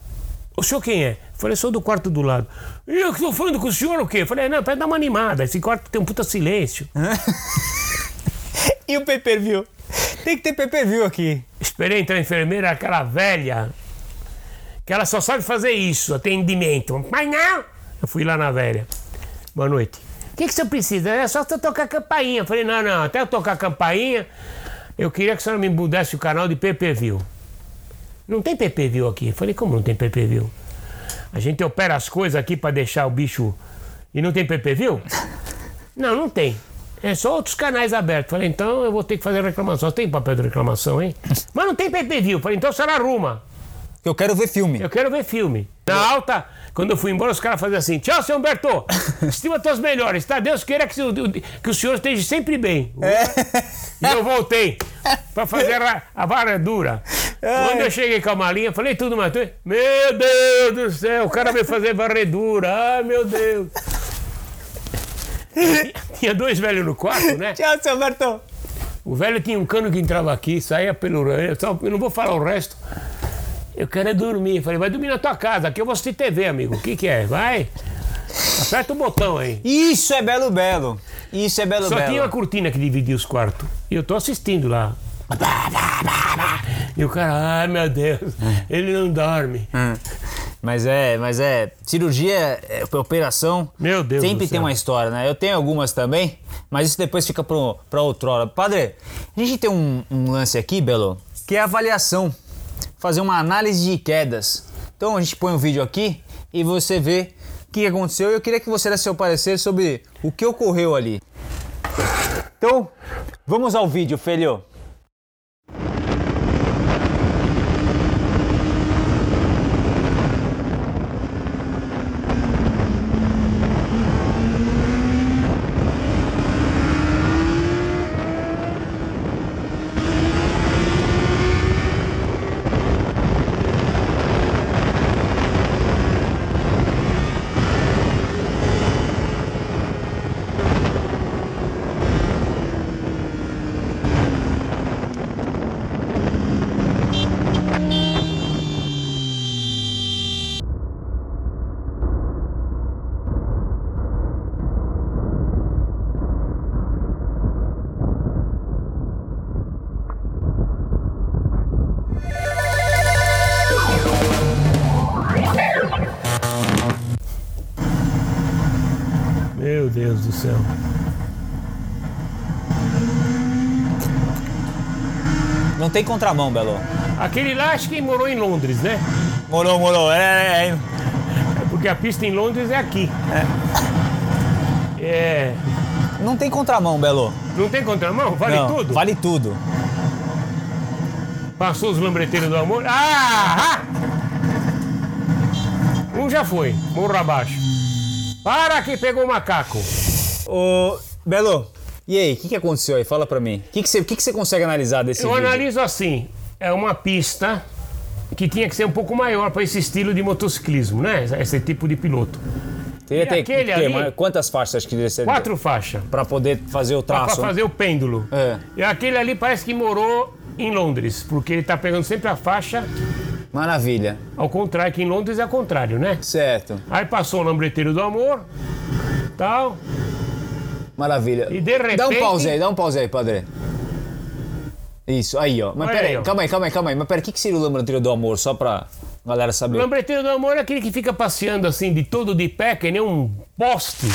O senhor quem é? Falei, sou do quarto do lado. E eu que tô falando com o senhor o quê? Falei, "É, não, pra dar uma animada. Esse quarto tem um puta silêncio. E o pay per view? Tem que ter pay per view aqui. Esperei entrar a enfermeira, aquela velha, que ela só sabe fazer isso, atendimento. Mas não! Eu fui lá na velha. Boa noite. O que, que o senhor precisa? É só você tocar a campainha. Eu falei, não, não, até eu tocar a campainha, eu queria que a senhora me mudasse o canal de PPV. Não tem PPV aqui. Eu falei, como não tem PPV? A gente opera as coisas aqui pra deixar o bicho. E não tem PPV? Não, não tem. É só outros canais abertos. Falei, então eu vou ter que fazer reclamação. Você tem papel de reclamação, hein? Mas não tem PPV. Falei, então a senhora arruma. Eu quero ver filme. Eu quero ver filme. Na alta, quando eu fui embora, os caras faziam assim: Tchau, seu Humberto! Estima teus melhores, tá? Deus queira que, o- que o senhor esteja sempre bem. E eu voltei pra fazer a, a vara dura. Quando eu cheguei com a malinha, falei tudo, mas tu- Meu Deus do céu, o cara veio fazer varredura. Ai, meu Deus. Tinha dois velhos no quarto, né? Tchau, seu Humberto. O velho tinha um cano que entrava aqui, saía pelo orelha, só- eu não vou falar o resto. Eu quero é dormir. Eu Falei, vai dormir na tua casa, aqui eu vou assistir TV, amigo. O que, que é? Vai. Aperta o botão aí. Isso é Belo Belo. Isso é Belo Só Belo. tinha uma cortina que dividia os quartos. E eu tô assistindo lá. E o cara, ai meu Deus, ele não dorme. Hum. Mas é, mas é. Cirurgia, é, operação. Meu Deus Sempre do tem céu. uma história, né? Eu tenho algumas também, mas isso depois fica pro, pra outrora. Padre, a gente tem um, um lance aqui, Belo, que é avaliação. Fazer uma análise de quedas. Então a gente põe um vídeo aqui e você vê o que aconteceu. Eu queria que você desse seu parecer sobre o que ocorreu ali. Então, vamos ao vídeo, Felio. Ai, céu. Não tem contramão, Belo. Aquele lá acho que morou em Londres, né? Morou, morou. É, é, é. Porque a pista em Londres é aqui. É. Não tem contramão, Belo. Não tem contramão? Vale Não, tudo? Vale tudo. Passou os lambreteiros do amor. Ah! ah! Um já foi, morro abaixo. Para que pegou o macaco. Ô, Belo, e aí, o que, que aconteceu aí? Fala pra mim. O que, que, você, o que que você consegue analisar desse Eu vídeo? analiso assim: é uma pista que tinha que ser um pouco maior para esse estilo de motociclismo, né? Esse tipo de piloto. Teria E ter- aquele ter- ali? mas é Quantas faixas que deve ser? Quatro faixas. Pra poder fazer o Pra traço. fazer o pêndulo. É. E aquele ali parece que morou em Londres, porque ele tá pegando sempre a faixa, Maravilha. ao contrário, que em Londres é ao contrário, né? Certo. Aí passou o lambreteiro do amor, tal, Maravilha. e de repente. Dá um pause aí, dá um pause aí, padre. Isso, aí, ó. Mas Olha pera aí, aí, ó. calma aí, calma aí, calma aí. Mas pera, o que, que seria o lambranteiro do amor? Só pra galera O saber. lambreteiro do amor é aquele que fica passeando assim, de todo de pé, que nem um poste.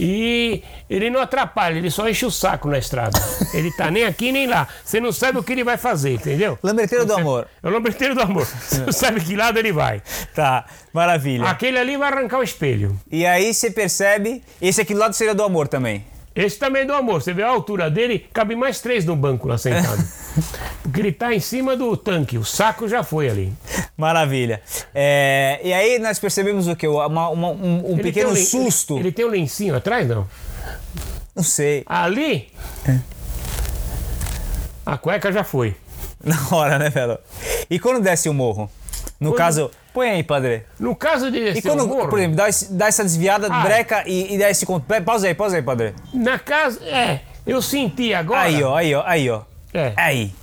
E ele não atrapalha, ele só enche o saco na estrada. Ele tá nem aqui nem lá. Você não sabe o que ele vai fazer, entendeu? Lambreteiro do amor. É o lambreteiro do amor. Você não sabe que lado ele vai. [LAUGHS] Tá, maravilha. Aquele ali vai arrancar o espelho. E aí você percebe, esse aqui do lado seria do amor também. Esse também é do amor. Você vê a altura dele, cabe mais três no banco lá sentado. É. Porque ele tá em cima do tanque, o saco já foi ali. Maravilha. É, e aí nós percebemos o quê? Uma- uma- um um Ele tem pequeno um len- susto. Ele, ele tem um lencinho atrás, não? Não sei, [LAUGHS] Ali. É. A cueca já foi. na hora, né, velho? E quando desce o morro? No Quando- caso, põe aí, padre. No caso de E descer quando, o morro, por exemplo, dá, esse- dá essa desviada, Ah. breca e, e dá esse conto. Pera, Pausa aí, pausa aí, padre. na casa. É, eu senti agora. Aí, ó, aí, ó, aí, ó. É, Aí.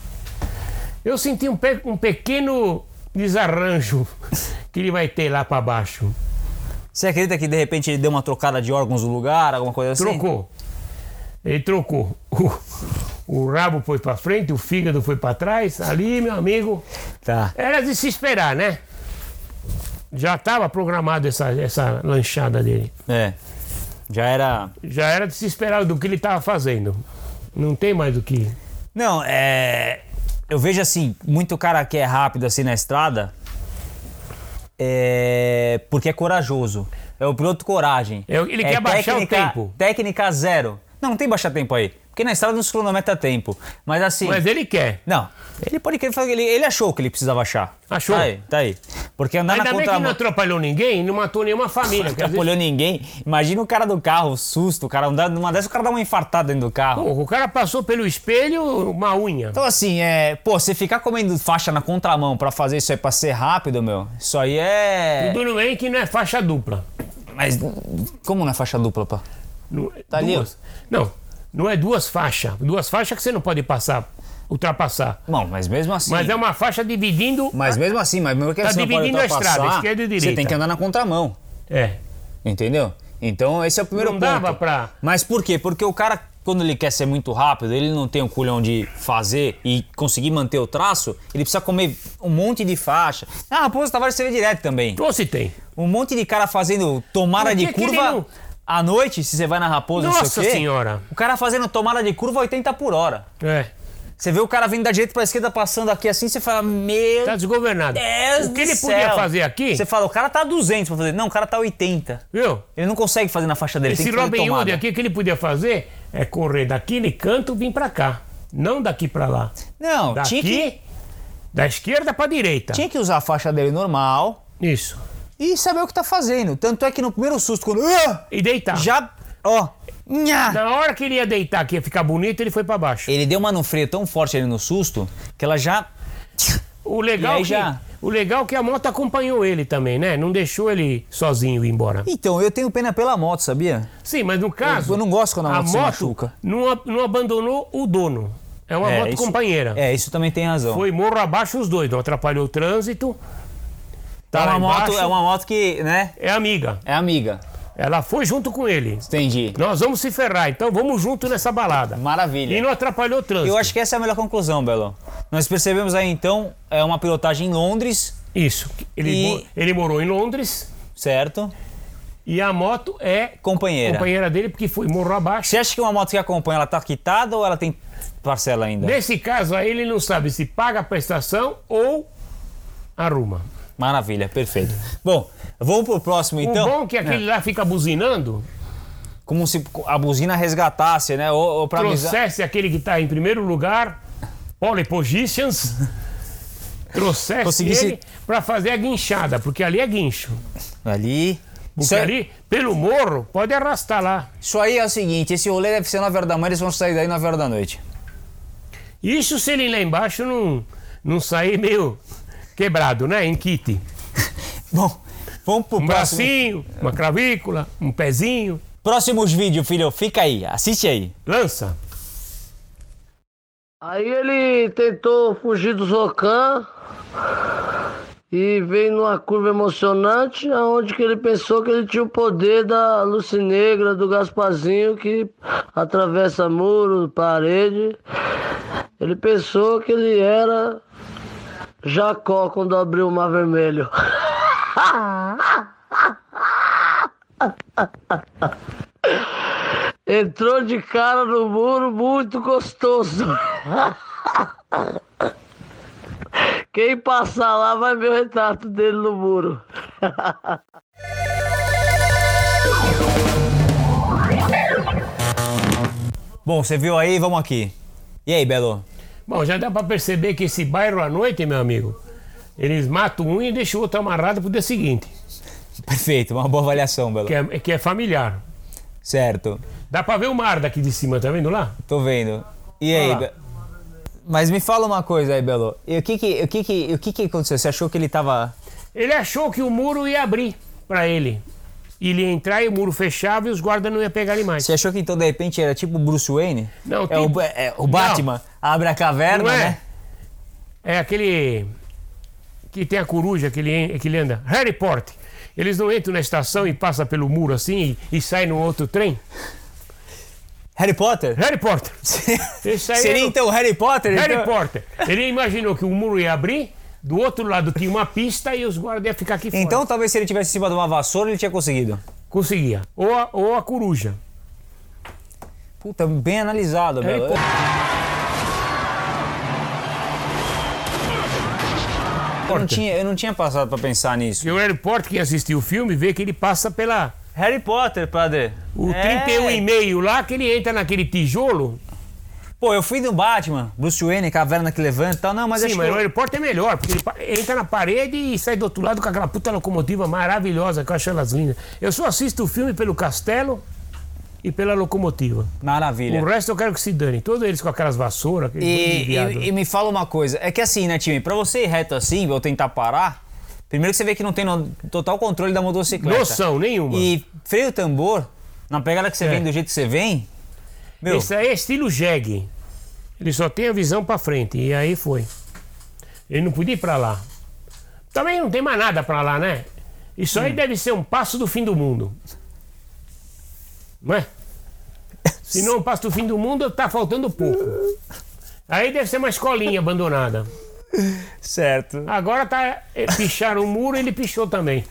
eu senti um, pe- um pequeno [LAUGHS] desarranjo que ele vai ter lá pra baixo. Você acredita que de repente ele deu uma trocada de órgãos no lugar, alguma coisa assim? Trocou. Ele trocou. O, o rabo foi pra frente, o fígado foi pra trás. Ali, meu amigo, Tá. era de se esperar, né? Já estava programado essa, essa lanchada dele. É. Já era. Já era de se esperar do que ele estava fazendo. Não tem mais o que. Não, é. Eu vejo assim, muito cara que é rápido assim na estrada. É. Porque é corajoso. É o piloto coragem. É, ele É quer baixar o técnica- tempo. Técnica zero. Não, não tem baixar tempo aí. Porque na estrada não se cronometra tempo. Mas assim. Mas ele quer. Não, ele pode querer fazer. Ele, ele achou que ele precisava achar. Achou. Tá aí, tá aí. Porque andar Ainda na bem que não contramão. atrapalhou ninguém, não matou nenhuma família. Não quer dizer, atrapalhou ninguém. Imagina o cara do carro, o susto, o cara andar numa dessa, o cara dá um uma infartada dentro do carro. pô, o cara passou pelo espelho uma unha. Então, assim, é. Pô, você ficar comendo faixa na contramão pra fazer isso aí pra ser rápido, meu, isso aí O é. dono é que não é faixa dupla. Mas. Como na faixa dupla, pá? Não, é Tá ali, duas. Não, não é duas faixas. Duas faixas que você não pode passar, ultrapassar. Bom, mas mesmo assim. Mas é uma faixa dividindo. Mas mesmo assim, mas mesmo que Tá você não pode dividindo a ultrapassar, estrada, esquerda e Você direita. tem que andar na contramão. É. Entendeu? Então esse é o primeiro Não ponto. dava pra- Mas por quê? Porque o cara, quando ele quer ser muito rápido, ele não tem o culhão de fazer e conseguir manter o traço, ele precisa comer um monte de faixa. Ah, Raposo Tavares você vê direto também. Ou se Então tem. Um monte de cara fazendo tomada Por que de que ele curva não- à noite, se você vai na Raposa, não Nossa sei o quê. Senhora. O cara fazendo tomada de curva 80 por hora. É. Você vê o cara vindo da direita pra esquerda passando aqui assim, você fala, meu Tá desgovernado. Deus o que do ele podia céu." fazer aqui, Você fala, o cara tá 200 pra fazer. Não, o cara tá 80. viu? Ele não consegue fazer na faixa dele, Esse tem que fazer Robin tomada. Hood é aqui, o que ele podia fazer é correr daquele canto e vir pra cá. Não daqui pra lá. Não, Daqui, tinha que, da esquerda pra direita. tinha que usar a faixa dele normal Isso. e saber o que tá fazendo. Tanto é que no primeiro susto, quando. "Ah!", E deitar. Já. Ó. nha! Na hora que ele ia deitar, que ia ficar bonito, ele foi pra baixo. Ele deu uma no freio tão forte ali no susto que ela já. O legal, E aí que, já- o legal é que a moto acompanhou ele também, né? Não deixou ele sozinho ir embora. Então, eu tenho pena pela moto, sabia? Sim, mas no caso. Eu não gosto quando a moto se machuca. Não, ab- não abandonou o dono. É uma moto isso- companheira. É, isso também tem razão. Foi morro abaixo os dois, não atrapalhou o trânsito. Então, Tá é lá uma moto, embaixo. é uma moto que, né? É amiga. É amiga. Ela foi junto com ele. Entendi. Nós vamos se ferrar, então vamos junto nessa balada. Maravilha. E não atrapalhou o trânsito. Eu acho que essa é a melhor conclusão, Belo. Nós percebemos aí então é uma pilotagem em Londres, Isso. Ele, E- mo- ele morou em Londres, certo? E a moto é Companheira. companheira dele porque foi, morreu abaixo. Você acha que uma moto que acompanha, ela tá quitada ou ela tem parcela ainda? Nesse caso aí, ele não sabe se paga a prestação ou arruma. Maravilha, perfeito. Bom, vamos pro próximo então. o bom é que aquele lá fica buzinando, Como se a buzina resgatasse, né? Ou, ou pra avisar. trouxesse aquele que está em primeiro lugar, [LAUGHS] pole positions, trouxesse Conseguisse- ele para fazer a guinchada, porque ali é guincho. Ali. Porque Isso, é- ali, pelo morro, pode arrastar lá. isso aí é o seguinte: esse rolê deve ser 9 horas da manhã, eles vão sair daí 9 horas da noite. Isso se ele lá embaixo não, não sair meio quebrado, né? Em kit. Bom, vamos pro próximo. Um bracinho, uma cravícula, um pezinho, Próximos vídeos, filho. Fica aí, assiste aí. lança. Aí ele tentou fugir do Zocan e veio numa curva emocionante, aonde que ele pensou que ele tinha o poder da lucinegra do Gasparzinho que atravessa muro, parede. Ele pensou que ele era Jacó quando abriu o mar vermelho. [LAUGHS] Entrou de cara no muro muito gostoso. Quem passar lá vai ver o retrato dele no muro. Bom, você viu aí, vamos aqui. E aí, Belo? Bom, já dá pra perceber que esse bairro à noite, meu amigo, eles matam um e deixam o outro amarrado pro dia seguinte, Perfeito, uma boa avaliação, Belo. que é, que é familiar. Certo, Dá pra ver o mar daqui de cima, tá vendo lá? tô vendo. E aí, lá. Be- mas me fala uma coisa aí, Belo. E o que que, o que que, o que que aconteceu? Você achou que ele tava Ele achou que o muro ia abrir pra ele. Ele ia entrar e o muro fechava e os guardas não iam pegar ele mais. Você achou que então de repente era tipo o Bruce Wayne? Não, é tipo- o, é, o Batman abre a caverna, Não é? né? É aquele que tem a coruja que ele, en- que ele anda. Harry Potter. Eles não entram na estação e passam pelo muro assim e, e saem no outro trem. Harry Potter? Harry Potter. Esse aí [LAUGHS] Seria é o- então o Harry Potter? Harry então? Potter. Ele imaginou que o muro ia abrir, do outro lado tinha uma pista e os guardas iam ficar aqui fora. Então talvez se ele tivesse em cima de uma vassoura ele tinha conseguido. Conseguia. Ou a, ou a coruja. Puta, bem analisado, Harry Belo. Eu não, tinha, eu não tinha passado pra pensar nisso. E o Harry Potter, que assistiu o filme, vê que ele passa pela... Harry Potter, padre. O 31 e meio lá, que ele entra naquele tijolo. Pô, eu fui do Batman, Bruce Wayne, Caverna que Levanta e tal. Não, mas Sim, acho mas que... o aeroporto é melhor, porque ele pa- entra na parede e sai do outro lado com aquela puta locomotiva maravilhosa, que eu acho elas lindas. Eu só assisto o filme pelo castelo e pela locomotiva. Maravilha. O resto eu quero que se dane. Todos eles com aquelas vassouras, aquele bando de É. E, viado. e- e me fala uma coisa, é que assim, né, time? Pra você ir reto assim, vou tentar parar. Primeiro que você vê que não tem no- total controle da motocicleta. Noção nenhuma. E freio tambor, na pegada É. que você vem do jeito que você vem. Meu, Esse aí é estilo jegue. Ele só tem a visão pra frente. E aí foi. Ele não podia ir pra lá. Também não tem mais nada pra lá, né? Isso aí deve ser um passo do fim do mundo. Não é? Se não é um passo do fim do mundo, tá faltando pouco. Aí deve ser uma escolinha abandonada. É. certo. Agora tá. eh, Picharam o muro ele pichou também.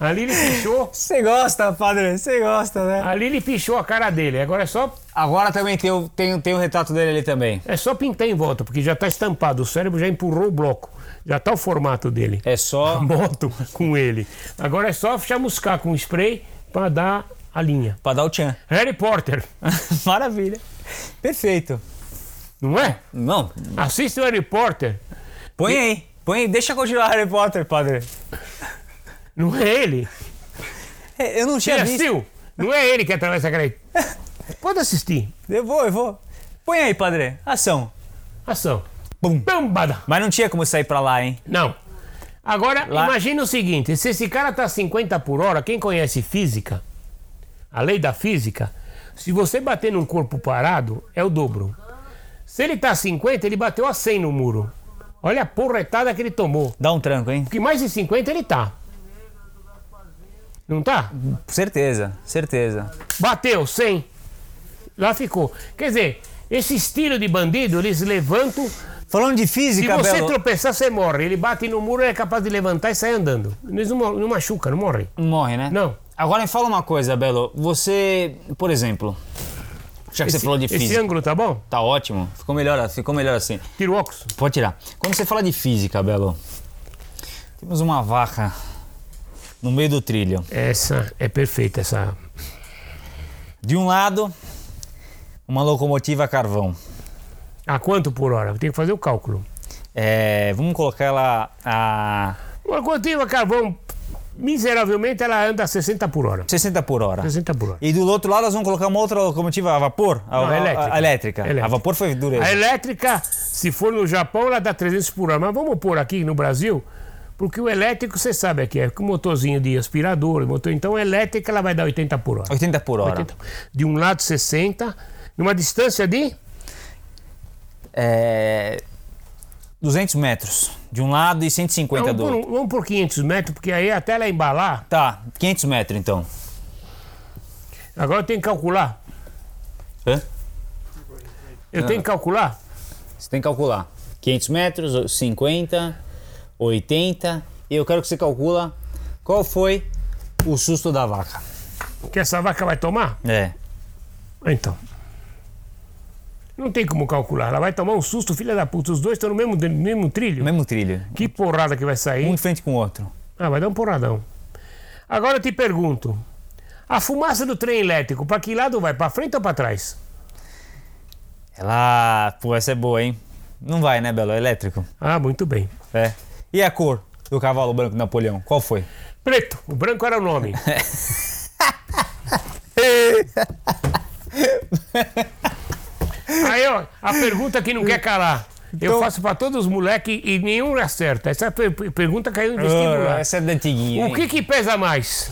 Ali ele pichou. Você gosta, padre, você gosta, né? Ali ele pichou a cara dele. Agora é só Agora também tem o, tem, o- tem o retrato dele ali também. É só pintar em volta, porque já está estampado. O cérebro já empurrou o bloco. Já está o formato dele. [LAUGHS] É só. Moto com ele. Agora é só chamuscar com spray para dar a linha. pra dar o tchan. [LAUGHS] Harry Potter, Maravilha. Perfeito. não é? Não, Assista o Harry Potter. põe aí. Põe aí, deixa continuar Harry Potter, padre. Não é ele? É, Eu não Ele tinha visto. assistiu? Não é ele que atravessa a grade. Pode assistir. Eu vou, eu vou. Põe aí, padre. Ação. Ação. Bum. Bambada. Mas não tinha como sair pra lá, hein? Não. Agora, Lá- imagina o seguinte: se esse cara tá 50 por hora, quem conhece física, a lei da física, se você bater num corpo parado, é o dobro. Se ele tá 50, ele bateu a 100 no muro. Olha a porretada que ele tomou. Dá um tranco, hein? Porque mais de 50 ele tá. Não tá? Certeza, certeza. Bateu 100. Lá ficou. Quer dizer, esse estilo de bandido, eles levantam. Falando de Se física, você Belo, tropeçar, você morre. Ele bate no muro, ele é capaz de levantar e sair andando. Eles não, mo- não machuca, não morre. morre, né? Não. Agora me fala uma coisa, Belo. Você, por exemplo, já que você falou de Esse física, ângulo tá bom? tá ótimo. Ficou melhor, ficou melhor assim. Tira o óculos. Pode tirar. Quando você fala de física, Belo, temos uma vaca no meio do trilho. Essa é perfeita, essa. De um lado, uma locomotiva a carvão. A quanto por hora? Tem que fazer o cálculo. É, vamos colocar ela a Uma cotiva carvão, miseravelmente, ela anda a 60 por hora. 60 por hora. 60 por hora. E do outro lado, nós vamos colocar uma outra locomotiva a vapor? A, Não, Ah, a- a- elétrica. a elétrica. Elétrica. A vapor foi dureza. A elétrica, se for no Japão, ela dá 300 por hora. Mas vamos pôr aqui no Brasil, porque o elétrico, você sabe aqui, é com motorzinho de aspirador, motor. Então, a elétrica, ela vai dar 80 por hora. 80 por hora. 80. De um lado, 60, numa distância de. É, 200 metros de um lado e 150 Vamos do por, outro. um- vamos por 500 metros, porque aí até ela embalar, Tá, 500 metros então. agora eu tenho que calcular. Hã? É. Eu tenho que calcular. Você tem que calcular. 500 metros, 50, 80. E eu quero que você calcula qual foi o susto da vaca. que essa vaca vai tomar? É. Então. Não tem como calcular. Ela vai tomar um susto, filha da puta. Os dois estão no mesmo, no mesmo trilho. Mesmo trilho. Que porrada que vai Um sair. em frente com o outro. Ah, vai dar um porradão. Agora eu te pergunto: a fumaça do trem elétrico, para que lado vai? Para frente ou para trás? Ela. Pô, essa é boa, hein? Não vai, né, Belo? É elétrico. Ah, muito bem. É. E a cor do cavalo branco Napoleão? Qual foi? Preto. O branco era o nome. Aí, ó, a pergunta que não quer calar. Eu faço pra todos os moleques e nenhum acerta. Essa é per- pergunta caiu no vestibular. essa é da antiguinha. O que que pesa mais?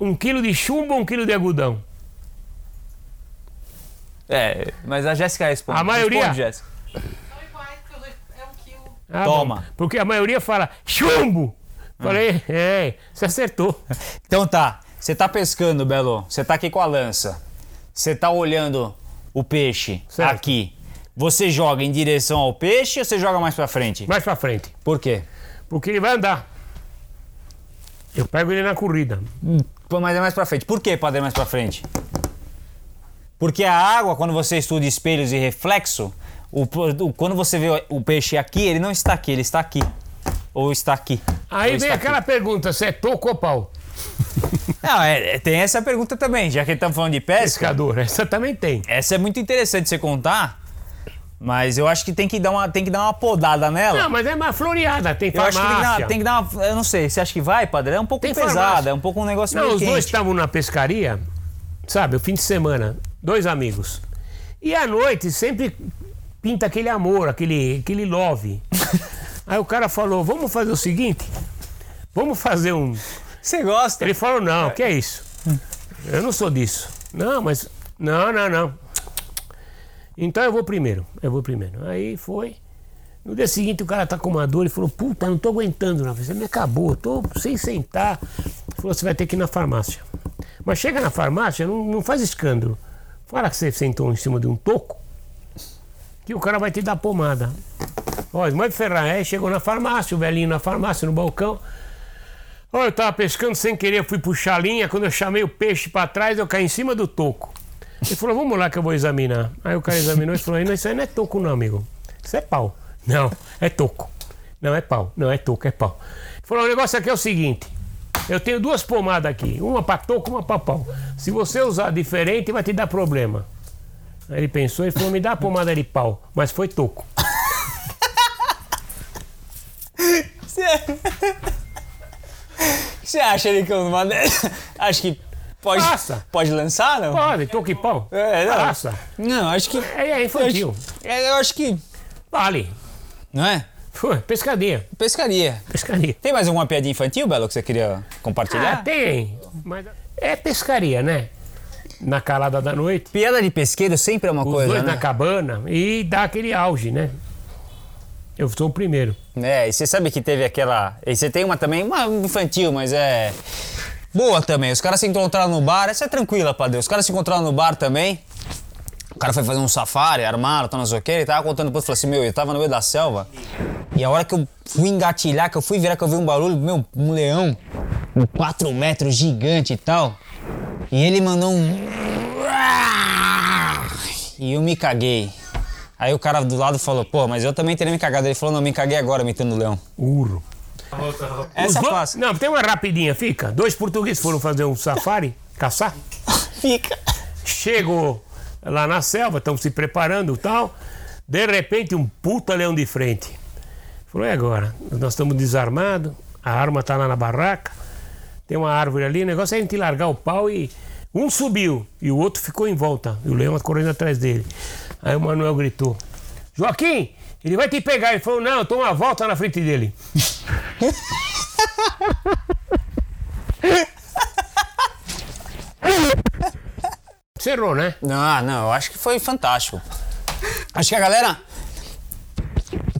Um quilo de chumbo ou um quilo de algodão? É, mas a Jéssica responde. A maioria? Responde, Jéssica. São iguais, porque os dois é um quilo. Ah, Toma. bom, porque a maioria fala chumbo. Falei, é, você acertou. Então tá, você tá pescando, Belo. Você tá aqui com a lança. Você tá olhando o peixe Certo. aqui. Você joga em direção ao peixe ou você joga mais pra frente? Mais pra frente, Por quê? porque ele vai andar. Eu pego ele na corrida. Pô, mas é mais pra frente. Por que padre é mais pra frente? Porque a água, quando você estuda espelhos e reflexo, o, o- quando você vê o peixe aqui, ele não está aqui, ele está aqui. Ou está aqui. Aí Ou vem está aquela aqui. pergunta, você é toco ou pau? Não, é- é- tem essa pergunta também, já que estamos falando de pesca. Pescador, essa também tem. Essa é muito interessante você contar, mas eu acho que tem que dar uma, tem que dar uma podada nela. Não, mas é uma floreada, tem eu acho que tem que, dar, farmácia. uma- tem que dar uma. Eu não sei, você acha que vai, padre? É um pouco Tem pesada, farmácia. é um pouco um negócio Não, meio os dois quente. estavam na pescaria, sabe, o fim de semana, dois amigos. E à noite sempre pinta aquele amor, aquele, aquele [LAUGHS] love. Aí o cara falou: vamos fazer o seguinte, vamos fazer um. Você gosta? Ele falou: não, que é isso? Eu não sou disso. Não, mas. Não, não, não. Então eu vou primeiro, eu vou primeiro. Aí foi. No dia seguinte o cara tá com uma dor, ele falou, puta, não tô aguentando, não. Você me acabou, eu tô sem sentar. Ele falou, você vai ter que ir na farmácia. Mas chega na farmácia, não, não faz escândalo. Fala que você sentou em cima de um toco, que o cara vai te dar pomada. Ó, irmã de Ferraré chegou na farmácia, o velhinho na farmácia, no balcão. Ó, eu tava pescando sem querer, eu fui puxar a linha, quando eu chamei o peixe pra trás, eu caí em cima do toco. Ele falou, vamos lá que eu vou examinar. Aí o cara examinou e falou, não, isso aí não é toco não, amigo. Isso é pau. Não, é toco. Não é pau, não é toco, é pau. Ele falou, o negócio aqui é o seguinte, eu tenho duas pomadas aqui, uma pra toco, uma pra pau. Se você usar diferente, vai te dar problema. Aí ele pensou e falou, me dá a pomada de pau, mas foi toco. Você Você acha ali que eu não Acho que pode, Passa. pode lançar, não? Pode, toco e pau. É, não. Passa. Não, acho que. É, é infantil. Eu acho, é, eu acho que. Vale. Não é? Pô, pescadinha, Pescaria. pescaria. Tem mais alguma piadinha infantil, Belo, que você queria Ah, compartilhar? tem. Mas é pescaria, né? Na calada da noite, Piada de pesqueiro sempre é uma os coisa, dois tá na né? cabana e dá aquele auge, né? Eu sou o primeiro. É, e você sabe que teve aquela. E você tem uma também, uma infantil, mas é. Boa também. Os caras se encontraram no bar. Essa é tranquila, padre. Os caras se encontraram no bar também. O cara foi fazer um safari, armaram, tá não sei o quê. Ele tava contando depois, falou assim: Meu, eu tava no meio da selva. E a hora que eu fui engatilhar, que eu fui virar, que eu vi um barulho, meu, um leão com 4 metros gigante e tal. E ele mandou um. E eu me caguei. Aí o cara do lado falou, pô, mas eu também teria me cagado. Ele falou, não, me caguei agora, imitando o leão. Urro. Essa é Os outros- fácil. Não, tem uma rapidinha, fica. Dois portugueses foram fazer um safari, caçar. Fica. Chegou lá na selva, estão se preparando e tal. De repente, um puta leão de frente. Falou, e agora? Nós estamos desarmados, a arma está lá na barraca, tem uma árvore ali, o negócio é a gente largar o pau e... Um subiu e o outro ficou em volta. E o leão correndo atrás dele. Aí o Manuel gritou, Joaquim, ele vai te pegar. Ele falou, não, eu dou uma volta na frente dele. Você errou, né? Não, não, eu acho que foi fantástico. Acho que a galera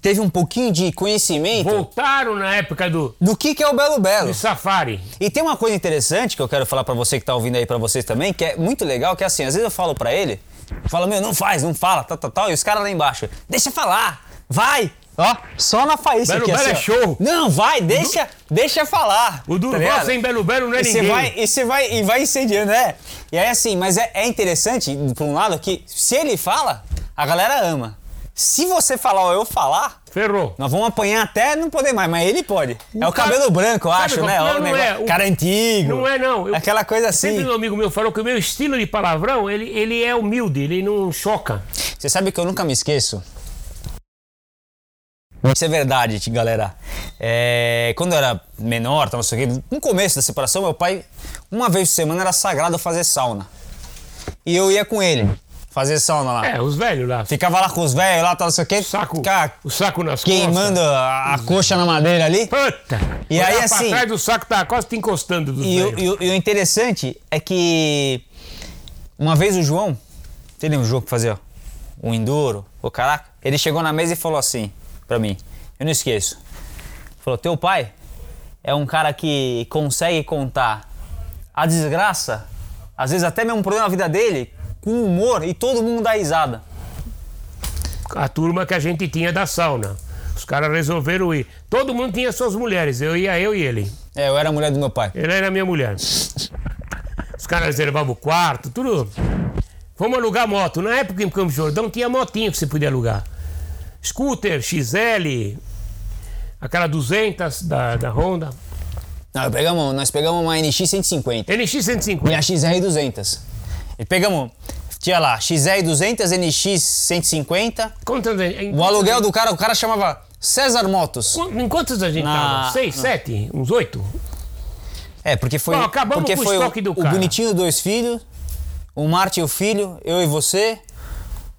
teve um pouquinho de conhecimento Voltaram na época do do que, que é o Belo Belo. safari. E tem uma coisa interessante que eu quero falar pra você que tá ouvindo aí, pra vocês também, que é muito legal, que é assim, às vezes eu falo pra ele, falo, meu, não faz, não fala, tal, tal, tal, e os caras lá embaixo, deixa falar, vai, ó, só na faísca Belo aqui, Belo assim, é ó. show. Não, vai, deixa, deixa falar. tá O Durval ligado? sem Belo Belo não é e você ninguém. vai E você vai, e vai incendiando, né? E aí assim, mas é, é interessante, por um lado, que se ele fala, a galera ama. Se você falar ou eu falar, Ferrou. nós vamos apanhar até não poder mais, mas ele pode. é o cara- cabelo branco, eu Sabe acho, qual- né? não, o não negócio- é, o- Cara antigo. Não é, não. Eu- Aquela coisa Sempre assim. um amigo meu falou que o meu estilo de palavrão, ele, ele é humilde, ele não choca. Você sabe que eu nunca me esqueço? Isso é verdade, ti- galera. É, quando eu era menor, tal, não sei o quê, no começo da separação, meu pai, uma vez por semana era sagrado fazer sauna. E eu ia com ele fazer sauna lá. É, os velhos lá. Ficava lá com os velhos lá, tal, não sei o quê. Saco, Ficava o saco nas queimando a, a coxa na madeira ali. costas. Puta! E Olhar aí, pra assim- trás do saco tá quase te encostando dos E, o- velhos. e o- e o interessante é que uma vez o João, você lembra o jogo que fazia? ó? O Enduro, o caraca, ele chegou na mesa e falou assim pra mim, eu não esqueço. Falou, teu pai é um cara que consegue contar a desgraça, às vezes até mesmo um problema na vida dele, com humor e todo mundo dá risada. A turma que a gente tinha da sauna. Os caras resolveram ir. Todo mundo tinha suas mulheres, eu ia eu e ele. É, eu era a mulher do meu pai. Ele era minha mulher. [LAUGHS] Os caras reservavam o quarto, tudo. Vamos alugar moto. Na época em Campo Jordão tinha motinho que você podia alugar. Scooter, XL, aquela 200 da, da Honda. Nós pegamos, nós pegamos uma NX 150. NX 150. E a XR200. E pegamos, tinha lá, XR200, NX 150. Quantas, em, O aluguel do cara, o cara chamava César Motos. qu- em quantos a gente Na- tava? Seis, sete? Uns oito? É, porque foi, Bom, acabamos porque com o foi estoque do o cara. Bonitinho, dois filhos, o Marte e o filho, eu e você.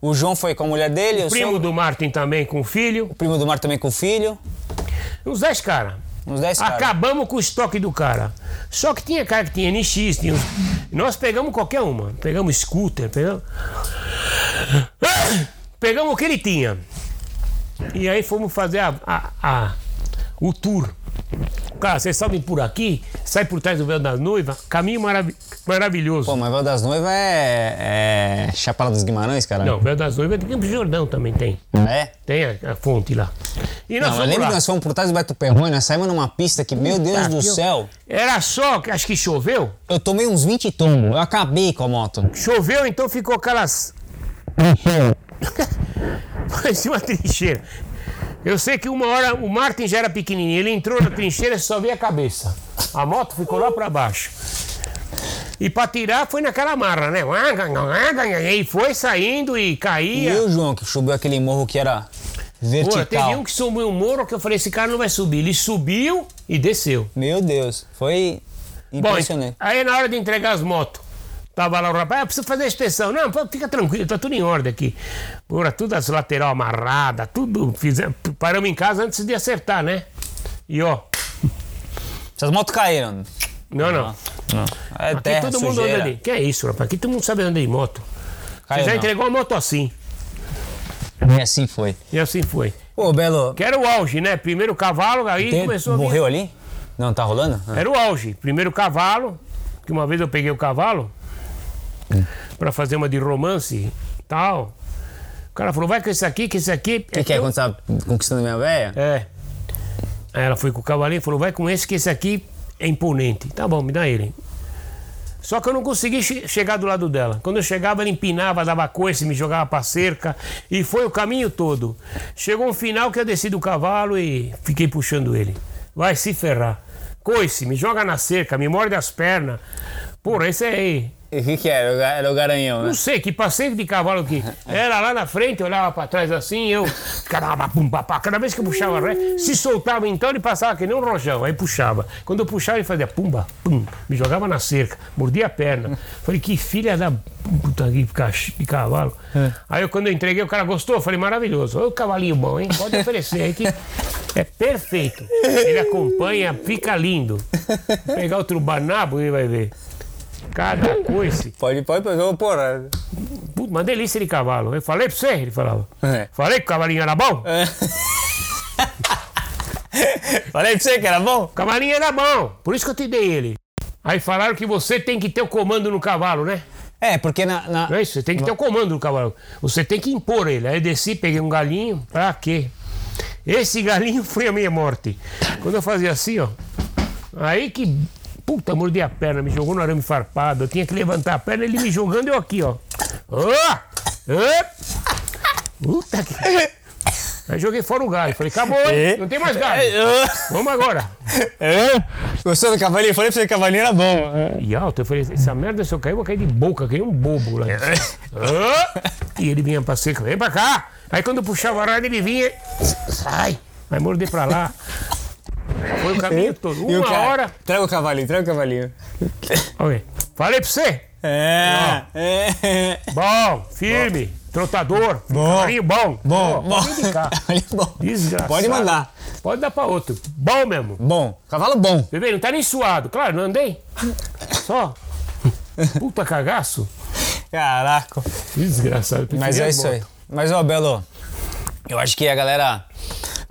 O João foi com a mulher dele, o Primo seu- do Martin também com filho. o primo do Marte também com o filho. Uns dez caras. Uns Ah, 10 caras. Acabamos com o estoque do cara. Só que tinha cara que tinha NX, tinha uns... Nós pegamos qualquer uma. Pegamos scooter, pegamos. [COUGHS] Pegamos o que ele tinha. E aí fomos fazer a, a- a- o tour. Cara, vocês sabem por aqui, sai por trás do véu da noiva, caminho maravi- maravilhoso. Pô, mas Val das Noivas é, é Chapada dos Guimarães, cara? Não, véu das noivas de Campo Jordão também tem. É? Tem a, a fonte lá. E Não, nós eu fomos lembro lá. que nós fomos por trás do Beto Perrone, nós saímos numa pista que, meu Deus Tá, do viu? céu, Era só, que acho que choveu. eu tomei uns 20 tombos, eu acabei com a moto. Choveu, então ficou aquelas. [LAUGHS] Parecia uma trincheira. Eu sei que uma hora o Martin já era pequenininho, ele entrou na trincheira e só via a cabeça. A moto ficou lá pra baixo. E pra tirar foi naquela marra, né? E foi saindo e E caía. eu, João, que subiu aquele morro que era Pô, vertical. teve um que subiu um morro que eu falei: esse cara não vai subir. Ele subiu e desceu. Meu Deus, foi Bom, impressionante. aí na hora de entregar as motos, tava lá o rapaz, ah, preciso fazer a inspeção. Não, pô, fica tranquilo, tá tudo em ordem aqui. Pura, tudo as lateral amarrada, tudo. Fizemos, paramos em casa antes de acertar, né? E ó, Essas motos caíram. não, não. É Aqui terra, todo mundo sujeira. anda de. Que é isso, rapaz? Aqui todo mundo sabe andar de moto. Você Caiu, já não. entregou uma moto assim. E assim foi. E assim foi. Ô, Belo, Que era o auge, né? Primeiro cavalo, aí tem- começou a vir- morreu ali? Não, tá rolando? Ah. Era o auge. Primeiro cavalo, que uma vez eu peguei o cavalo pra fazer uma de romance tal. O cara falou, vai com esse aqui, que esse aqui. O que, que é quando você tá conquistando minha véia? É. Aí ela foi com o cavalinho e falou, vai com esse, que esse aqui é imponente. Tá bom, me dá ele. Só que eu não consegui che- chegar do lado dela. Quando eu chegava, ela empinava, dava coice, me jogava pra cerca. E foi o caminho todo. Chegou um final que eu desci do cavalo e fiquei puxando ele. Vai se ferrar. Coice, me joga na cerca, me morde as pernas. Porra, esse é. E o que, que era? O ga- Era o garanhão, né? Não sei, que passeio de cavalo que. Era lá na frente, olhava pra trás assim, eu. Ficava lá, pum, pá, pá. Cada vez que eu puxava ré, se soltava então, ele passava que nem um rojão. Aí puxava. Quando eu puxava, ele fazia pumba, pum. Me jogava na cerca, mordia a perna. Falei, que filha da puta que cach- de cavalo. Aí eu, quando eu entreguei, o cara gostou. Eu Falei, maravilhoso. Olha o cavalinho bom, hein? Pode oferecer aí que. É perfeito. Ele acompanha, fica lindo. Vou Pegar outro banabo e vai ver. Cada coice. Pode, pode, pode. né? Porra. Puta, uma delícia de cavalo. Eu falei pra você, ele falava. É. Falei que o cavalinho era bom? Falei pra você que era bom? O cavalinho era bom, por isso que eu te dei ele. Aí falaram que você tem que ter o comando no cavalo, né? É, porque na. [LAUGHS] na- Não é isso? Você tem que ter o comando no cavalo. Você tem que impor ele. Aí eu desci, peguei um galinho. Pra quê? Esse galinho foi a minha morte. Quando eu fazia assim, ó. Aí que. Puta, mordi a perna, me jogou no arame farpado. Eu tinha que levantar a perna, ele me jogando, eu aqui, ó. Ah! Ah! Puta que. Aí joguei fora o galho. Falei, acabou, hein? Não tem mais galho. Vamos agora. É? Gostou do cavalinho? Falei pra você que o cavalinho era bom. E alto, eu falei, essa merda, se eu cair, eu vou cair de boca, que nem um bobo É. lá. Ah! e ele vinha pra seca, vem pra cá. Aí quando eu puxava a rada, ele vinha, sai, vai morder pra lá. Foi o caminho todo. E o Uma cara, hora. Traga o cavalinho, traga o cavalinho. Olha, falei pra você. É, [LAUGHS] é. Bom, firme, trotador, Bom. carinho bom. Bom, bom. Vem de cá. Cavalinho bom. Desgraçado. Pode mandar. Pode dar pra outro. Bom mesmo. Bom. Cavalo bom. Bebê, não tá nem suado. Claro, não andei. Só. Puta cagaço. Caraca. Desgraçado. Mas preferia é isso bom. aí. Mas, ó, Belo, eu acho que a galera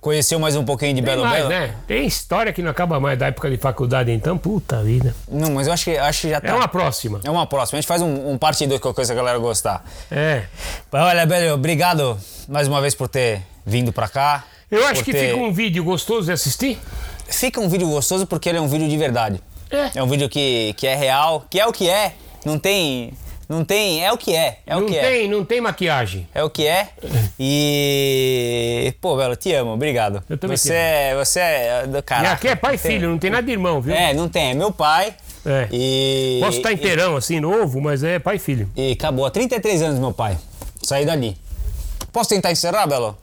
conheceu mais um pouquinho de Tem Belo mais, Belo. né? Tem história que não acaba mais da época de faculdade, então, puta vida. Não, mas eu acho que, acho que já tá. É uma próxima. É uma próxima. A gente faz um, um parte 2 com a coisa que a galera gostar. É. Mas olha, Belo, obrigado mais uma vez por ter vindo pra cá. Eu acho por que ter- fica um vídeo gostoso de assistir. Fica um vídeo gostoso porque ele é um vídeo de verdade. É. É um vídeo que, que é real, que é o que é. Não tem. Não tem. É o que é. É não o que é. tem, não tem maquiagem. É o que é. E. Pô, Belo, te amo, obrigado. Eu também você, te amo. é- você é. do E Caraca, aqui é pai e não tem- filho, não tem nada de irmão, viu? É, não tem. É meu pai. É. E. Posso estar e- inteirão, assim, novo, mas é pai e filho. E, acabou. Há 33 anos, meu pai. Saí dali. Posso tentar encerrar, Belo?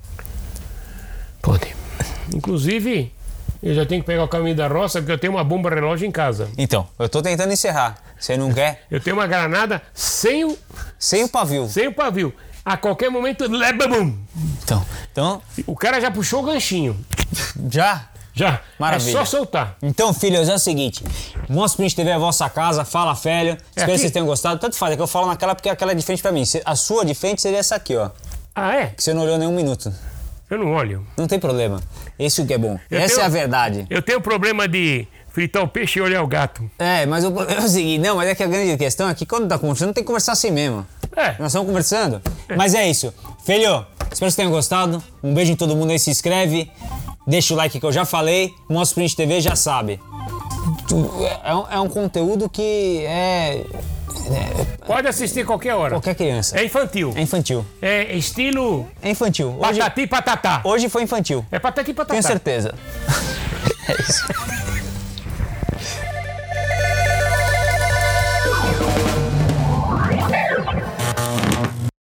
Pode. Inclusive, eu já tenho que pegar o caminho da roça, porque eu tenho uma bomba relógio em casa. Então, eu tô tentando encerrar. Você não quer? Eu tenho uma granada sem o, Sem o pavio. sem o pavio. A qualquer momento, lebabum! Então, então O cara já puxou o ganchinho. já. Já. Maravilha. É só soltar. Então, filhos, é o seguinte. Mostra pra gente TV a vossa casa, fala velho. Espero que É aqui? vocês tenham gostado. Tanto faz, é que eu falo naquela porque aquela é de frente pra mim. Se- A sua de frente seria essa aqui, ó. Ah, é? Que você não olhou nenhum minuto. Eu não olho. Não tem problema. Esse que é bom. Eu Essa tenho- é a verdade. Eu tenho problema de fritar o peixe e olhar o gato. É, mas o [LAUGHS] problema é o seguinte, não, mas é que a grande questão é que quando tá conversando, tem que conversar assim mesmo. É. Nós estamos conversando. Mas é isso. Filho, espero que vocês tenham gostado. Um beijo em todo mundo aí, se inscreve. Deixa o like que eu já falei. Mostra Print TV, já sabe. Tu- É um, é um conteúdo que é. Pode assistir qualquer hora. qualquer criança. É infantil. É infantil. É estilo É infantil. Hoje, patati patatá. hoje foi infantil. É patati patatá. Tenho certeza. é isso.